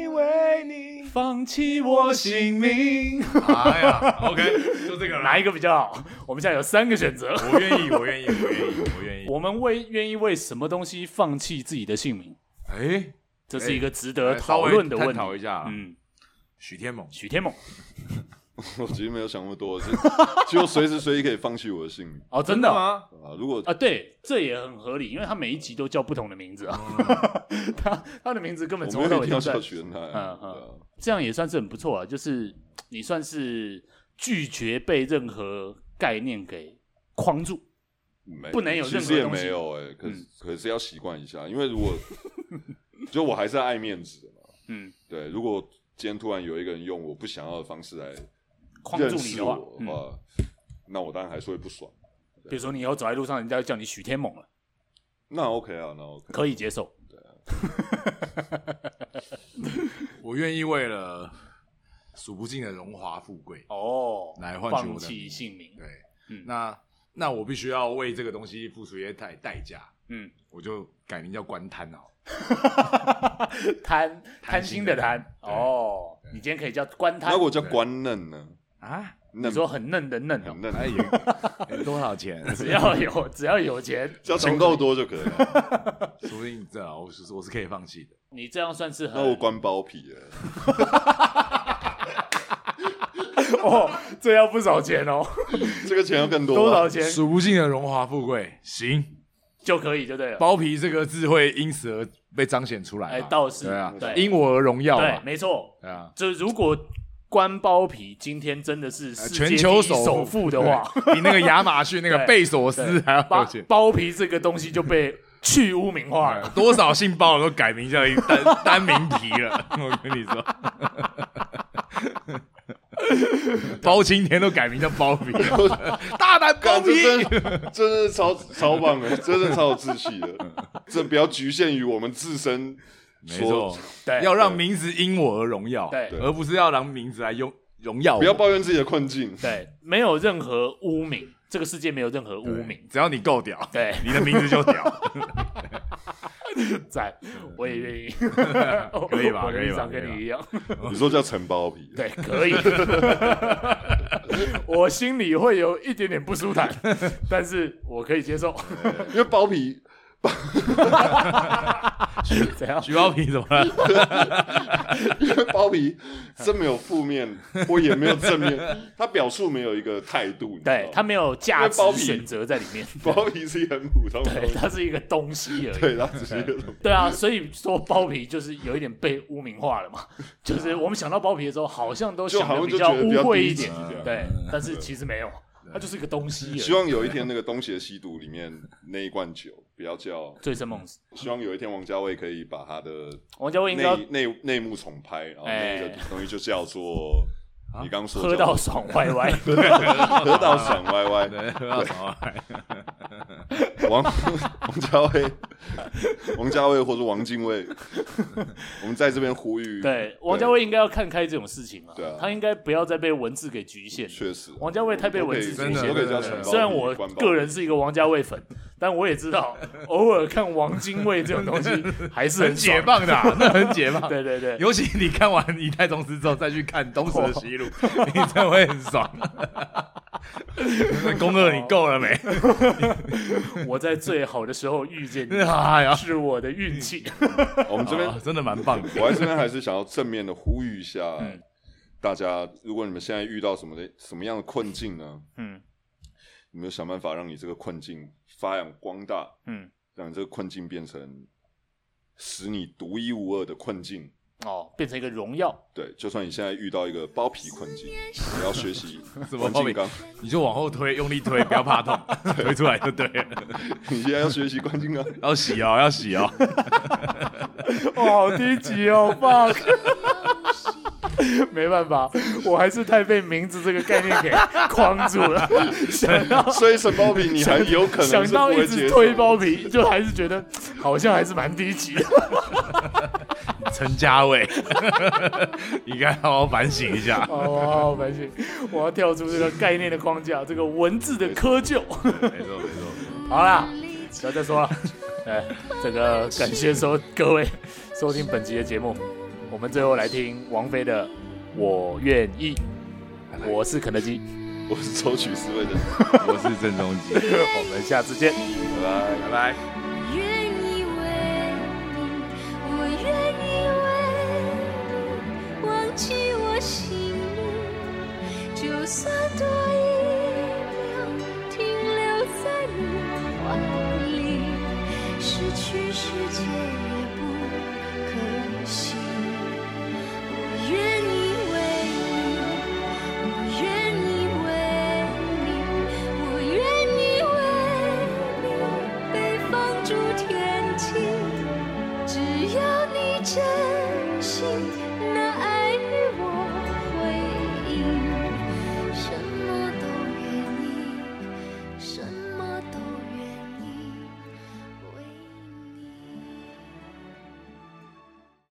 Speaker 4: 意为你
Speaker 3: 放弃我性命。
Speaker 4: 哎 呀，OK，就这个
Speaker 3: 哪
Speaker 4: 来，
Speaker 3: 一个比较好？我们现在有三个选择。
Speaker 4: 我愿意，我愿意，我愿意，我愿意。
Speaker 3: 我们为愿意为什么东西放弃自己的性命？
Speaker 4: 哎，
Speaker 3: 这是一个值得
Speaker 4: 来哎稍
Speaker 3: 讨
Speaker 4: 微
Speaker 3: 论的
Speaker 4: 探
Speaker 3: 问题。
Speaker 4: 讨一下啊
Speaker 3: 嗯，
Speaker 4: 许天猛，
Speaker 3: 许天猛
Speaker 2: 我其实没有想那么多，是就随时随地可以放弃我的性命
Speaker 3: 哦，真的哦
Speaker 4: 吗？
Speaker 2: 啊。如果
Speaker 3: 啊，对，这也很合理，因为他每一集都叫不同的名字啊，
Speaker 4: 嗯
Speaker 3: 他他的名字根本
Speaker 2: 我
Speaker 3: 从
Speaker 2: 们
Speaker 3: 头
Speaker 2: 也
Speaker 3: 到
Speaker 2: 一定
Speaker 3: 尾都
Speaker 2: 要下
Speaker 3: 在
Speaker 2: 去他呀，
Speaker 3: 嗯嗯
Speaker 2: 对啊
Speaker 3: 这样也算是很不错啊，就是嘖你算是拒绝被任何概念给框住，
Speaker 2: 没
Speaker 3: 不能有任何
Speaker 2: 其实也
Speaker 3: 东西嗯
Speaker 2: 没有哎、可是、可是要习惯一下，因为如 果就我还是爱面子的嘛，
Speaker 3: 嗯，
Speaker 2: 对，如果今天突然有一个人用我不想要的方式来
Speaker 3: 框住
Speaker 2: 认
Speaker 3: 你
Speaker 2: 识
Speaker 3: 的话，
Speaker 2: 我哦的
Speaker 3: 嗯，
Speaker 2: 话，那我当然还是会不爽。
Speaker 3: 比如说你以后走在路上，人家就叫你许天猛了，
Speaker 2: 那 OK 啊，那 OK，
Speaker 3: 可以接受。
Speaker 4: 我愿意为了数不尽的荣华富贵。
Speaker 3: 哦，
Speaker 4: 来换取
Speaker 3: 放
Speaker 4: 我的
Speaker 3: 弃
Speaker 4: 名
Speaker 3: 姓名，
Speaker 4: 对，
Speaker 3: 嗯
Speaker 4: 那那我必须要为这个东西付出一些代代价，
Speaker 3: 嗯，
Speaker 4: 我就改名叫官贪哦。
Speaker 3: 贪贪心的
Speaker 4: 贪
Speaker 3: 贪，哦，你今天可以叫官贪
Speaker 2: 那，我叫官嫩呢？
Speaker 4: 啊，
Speaker 2: 嫩
Speaker 3: 你说很嫩的嫩哦
Speaker 2: 很，嫩，
Speaker 4: 哎也、多少钱？
Speaker 3: 只要有 只要有钱，
Speaker 2: 只要钱够多就可以 了。
Speaker 4: 说不定这啊我是我是可以放弃的。
Speaker 3: 你这样算是很
Speaker 2: 那我官包皮了，
Speaker 3: 哦，这要不少钱哦，
Speaker 2: 这个钱要更多吧
Speaker 3: 多少钱
Speaker 4: 数不尽的荣华富贵，行，
Speaker 3: 就可以就对了。
Speaker 4: 包皮这个字会因此而被彰显出来吧。
Speaker 3: 哎，倒是
Speaker 4: 对啊，
Speaker 3: 对
Speaker 4: 因我而荣耀
Speaker 3: 对，
Speaker 4: 嘛。
Speaker 3: 没错，
Speaker 4: 对啊，
Speaker 3: 就如果官包皮今天真的是世界
Speaker 4: 呃全球
Speaker 3: 第一首
Speaker 4: 首
Speaker 3: 富的 话，
Speaker 4: 对比那个亚马逊那个
Speaker 3: 对
Speaker 4: 贝索斯
Speaker 3: 对
Speaker 4: 还要
Speaker 3: 包
Speaker 4: 有钱。
Speaker 3: 包皮这个东西就被去污名化 了。
Speaker 4: 多少姓包的都改名叫一单 单名皮了， 我跟你说，包青天都改名叫包 皮了，大胆包
Speaker 2: 干
Speaker 4: 皮
Speaker 2: 这，真真是超超棒的，真是超有志气的。这不要局限于我们自身
Speaker 4: 没
Speaker 2: 说
Speaker 4: 错，，
Speaker 3: 对，
Speaker 4: 要让名字因我而荣耀，
Speaker 3: 对
Speaker 4: 而不是要让名字来荣荣耀我。
Speaker 2: 不要抱怨自己的困境。
Speaker 3: 对，没有任何污名，这个世界没有任何污名。
Speaker 4: 只要你够屌，
Speaker 3: 对，
Speaker 4: 你的名字就屌。
Speaker 3: 在，我也 愿意，
Speaker 4: 嗯 可以吧
Speaker 3: 我的
Speaker 4: 可以吧
Speaker 3: 立场
Speaker 4: 可以
Speaker 3: 跟
Speaker 4: 吧
Speaker 3: 你一样，
Speaker 2: 你说叫陈包皮，
Speaker 3: 对，可以。 我 心里会有一点点不舒坦，但是我可以接受。
Speaker 2: 因为包皮
Speaker 3: 怎样？
Speaker 4: 徐包皮怎么 了？
Speaker 2: 因为包皮真没有负面，我也没有正面，他表述没有一个态度，你知道吗
Speaker 3: 对，它没有价值
Speaker 2: 因为包皮
Speaker 3: 选择在里面，
Speaker 2: 包皮是一个很普通的东
Speaker 3: 对，
Speaker 2: 西，
Speaker 3: 它是一个东西而已。
Speaker 2: 对，他只是一个
Speaker 3: 对啊，所以说包皮就是有一点被污名化了嘛，就是我们想到包皮的时候，好像都
Speaker 2: 就
Speaker 3: 想
Speaker 2: 好
Speaker 3: 的
Speaker 2: 像就
Speaker 3: 较
Speaker 2: 觉得
Speaker 3: 污
Speaker 2: 比较
Speaker 3: 秽
Speaker 2: 低
Speaker 3: 一
Speaker 2: 级
Speaker 3: 点，
Speaker 2: 这样。
Speaker 3: 对，但是其实没有，它就是一个东西而已。
Speaker 2: 希望有一天那个《东邪西毒》里面那一罐酒不要 叫，
Speaker 3: 醉生梦死，
Speaker 2: 希望有一天王家卫可以把他的
Speaker 3: 王家卫应该要
Speaker 2: 内内内幕重拍，然后那个
Speaker 3: 哎啊
Speaker 2: 东西就叫做你刚说
Speaker 3: 喝
Speaker 2: 叫
Speaker 3: 到爽歪歪，
Speaker 2: 喝到爽歪歪，
Speaker 4: 对，喝到什么玩意 儿
Speaker 2: 王王家卫、王家卫或者王敬 卫，我们在这边呼吁，
Speaker 3: 对，王家卫应该要看开这种事情了
Speaker 2: 对啊，
Speaker 3: 他应该不要再被文字给局限了。
Speaker 2: 确实，
Speaker 3: 王家卫太被文字
Speaker 2: 真
Speaker 4: 局
Speaker 2: 的
Speaker 4: 限
Speaker 2: 都可以叫
Speaker 4: 对
Speaker 2: 全包
Speaker 3: 虽然我个人是一个王家卫粉，但我也知道偶尔看王精卫这种东西还是
Speaker 4: 很
Speaker 3: 很
Speaker 4: 解
Speaker 3: 爽。
Speaker 4: 放的啊， 那很解放。
Speaker 3: 对 对对，
Speaker 4: 尤其你看完《一代宗师》之后，再去看《东石的西 路》，你真的会很爽。 功课你够 了没？
Speaker 3: 我在最好的时候遇见 你，
Speaker 4: 哎呀，
Speaker 3: 是我的运气。
Speaker 2: 我们这边
Speaker 4: 啊真的蛮棒的。
Speaker 2: 我在这边还是想要正面的呼吁一下
Speaker 3: 嗯
Speaker 2: 大家，如果你们现在遇到什么的什么样的困境呢？
Speaker 3: 嗯，
Speaker 2: 你们想办法让你这个困境发扬光大，
Speaker 3: 嗯，
Speaker 2: 让你这个困境变成使你独一无二的困境。
Speaker 3: 哦，变成一个荣 耀，
Speaker 2: 对，就算你现在遇到一个包皮困境，也要学 习
Speaker 4: 什么
Speaker 2: 王
Speaker 4: 包
Speaker 2: 金
Speaker 4: 皮
Speaker 2: 刚，
Speaker 4: 你就往后推，用力推，不要怕痛， 推出来就对了。
Speaker 2: 你现在要学习关金刚。
Speaker 4: 要洗哦，要洗哦。
Speaker 3: 哦，好低级哦，fuck！没办法，我还是太被名字这个概念给框住 了。想到
Speaker 2: 所以沈包皮，你还有可能
Speaker 3: 想
Speaker 2: 是不
Speaker 3: 到一
Speaker 2: 会接
Speaker 3: 直
Speaker 2: 受
Speaker 3: 推包皮，就还是觉得好像还是蛮低级的。
Speaker 4: 陈嘉伟， 你该好好反省一下。
Speaker 3: 好，我好反省，哦我要跳出这个概念的框架，这个文字的窠臼。
Speaker 4: 没错，没错。
Speaker 3: 好啦，不要再说了。哎，这个感谢收各位收听本集的节目。我们最后来听王菲的《我愿意》，我是肯德基，
Speaker 2: 我是抽取思维的，
Speaker 4: 我是郑中基。
Speaker 3: 我们下次见。
Speaker 2: 拜拜。
Speaker 4: 拜拜。
Speaker 5: 愿意为你，我愿意为你忘记我心路，就算多一秒停留在你怀里，失去世界也不可惜。我愿意为你。我愿意为你，我愿意为你被放逐天际。只要你真心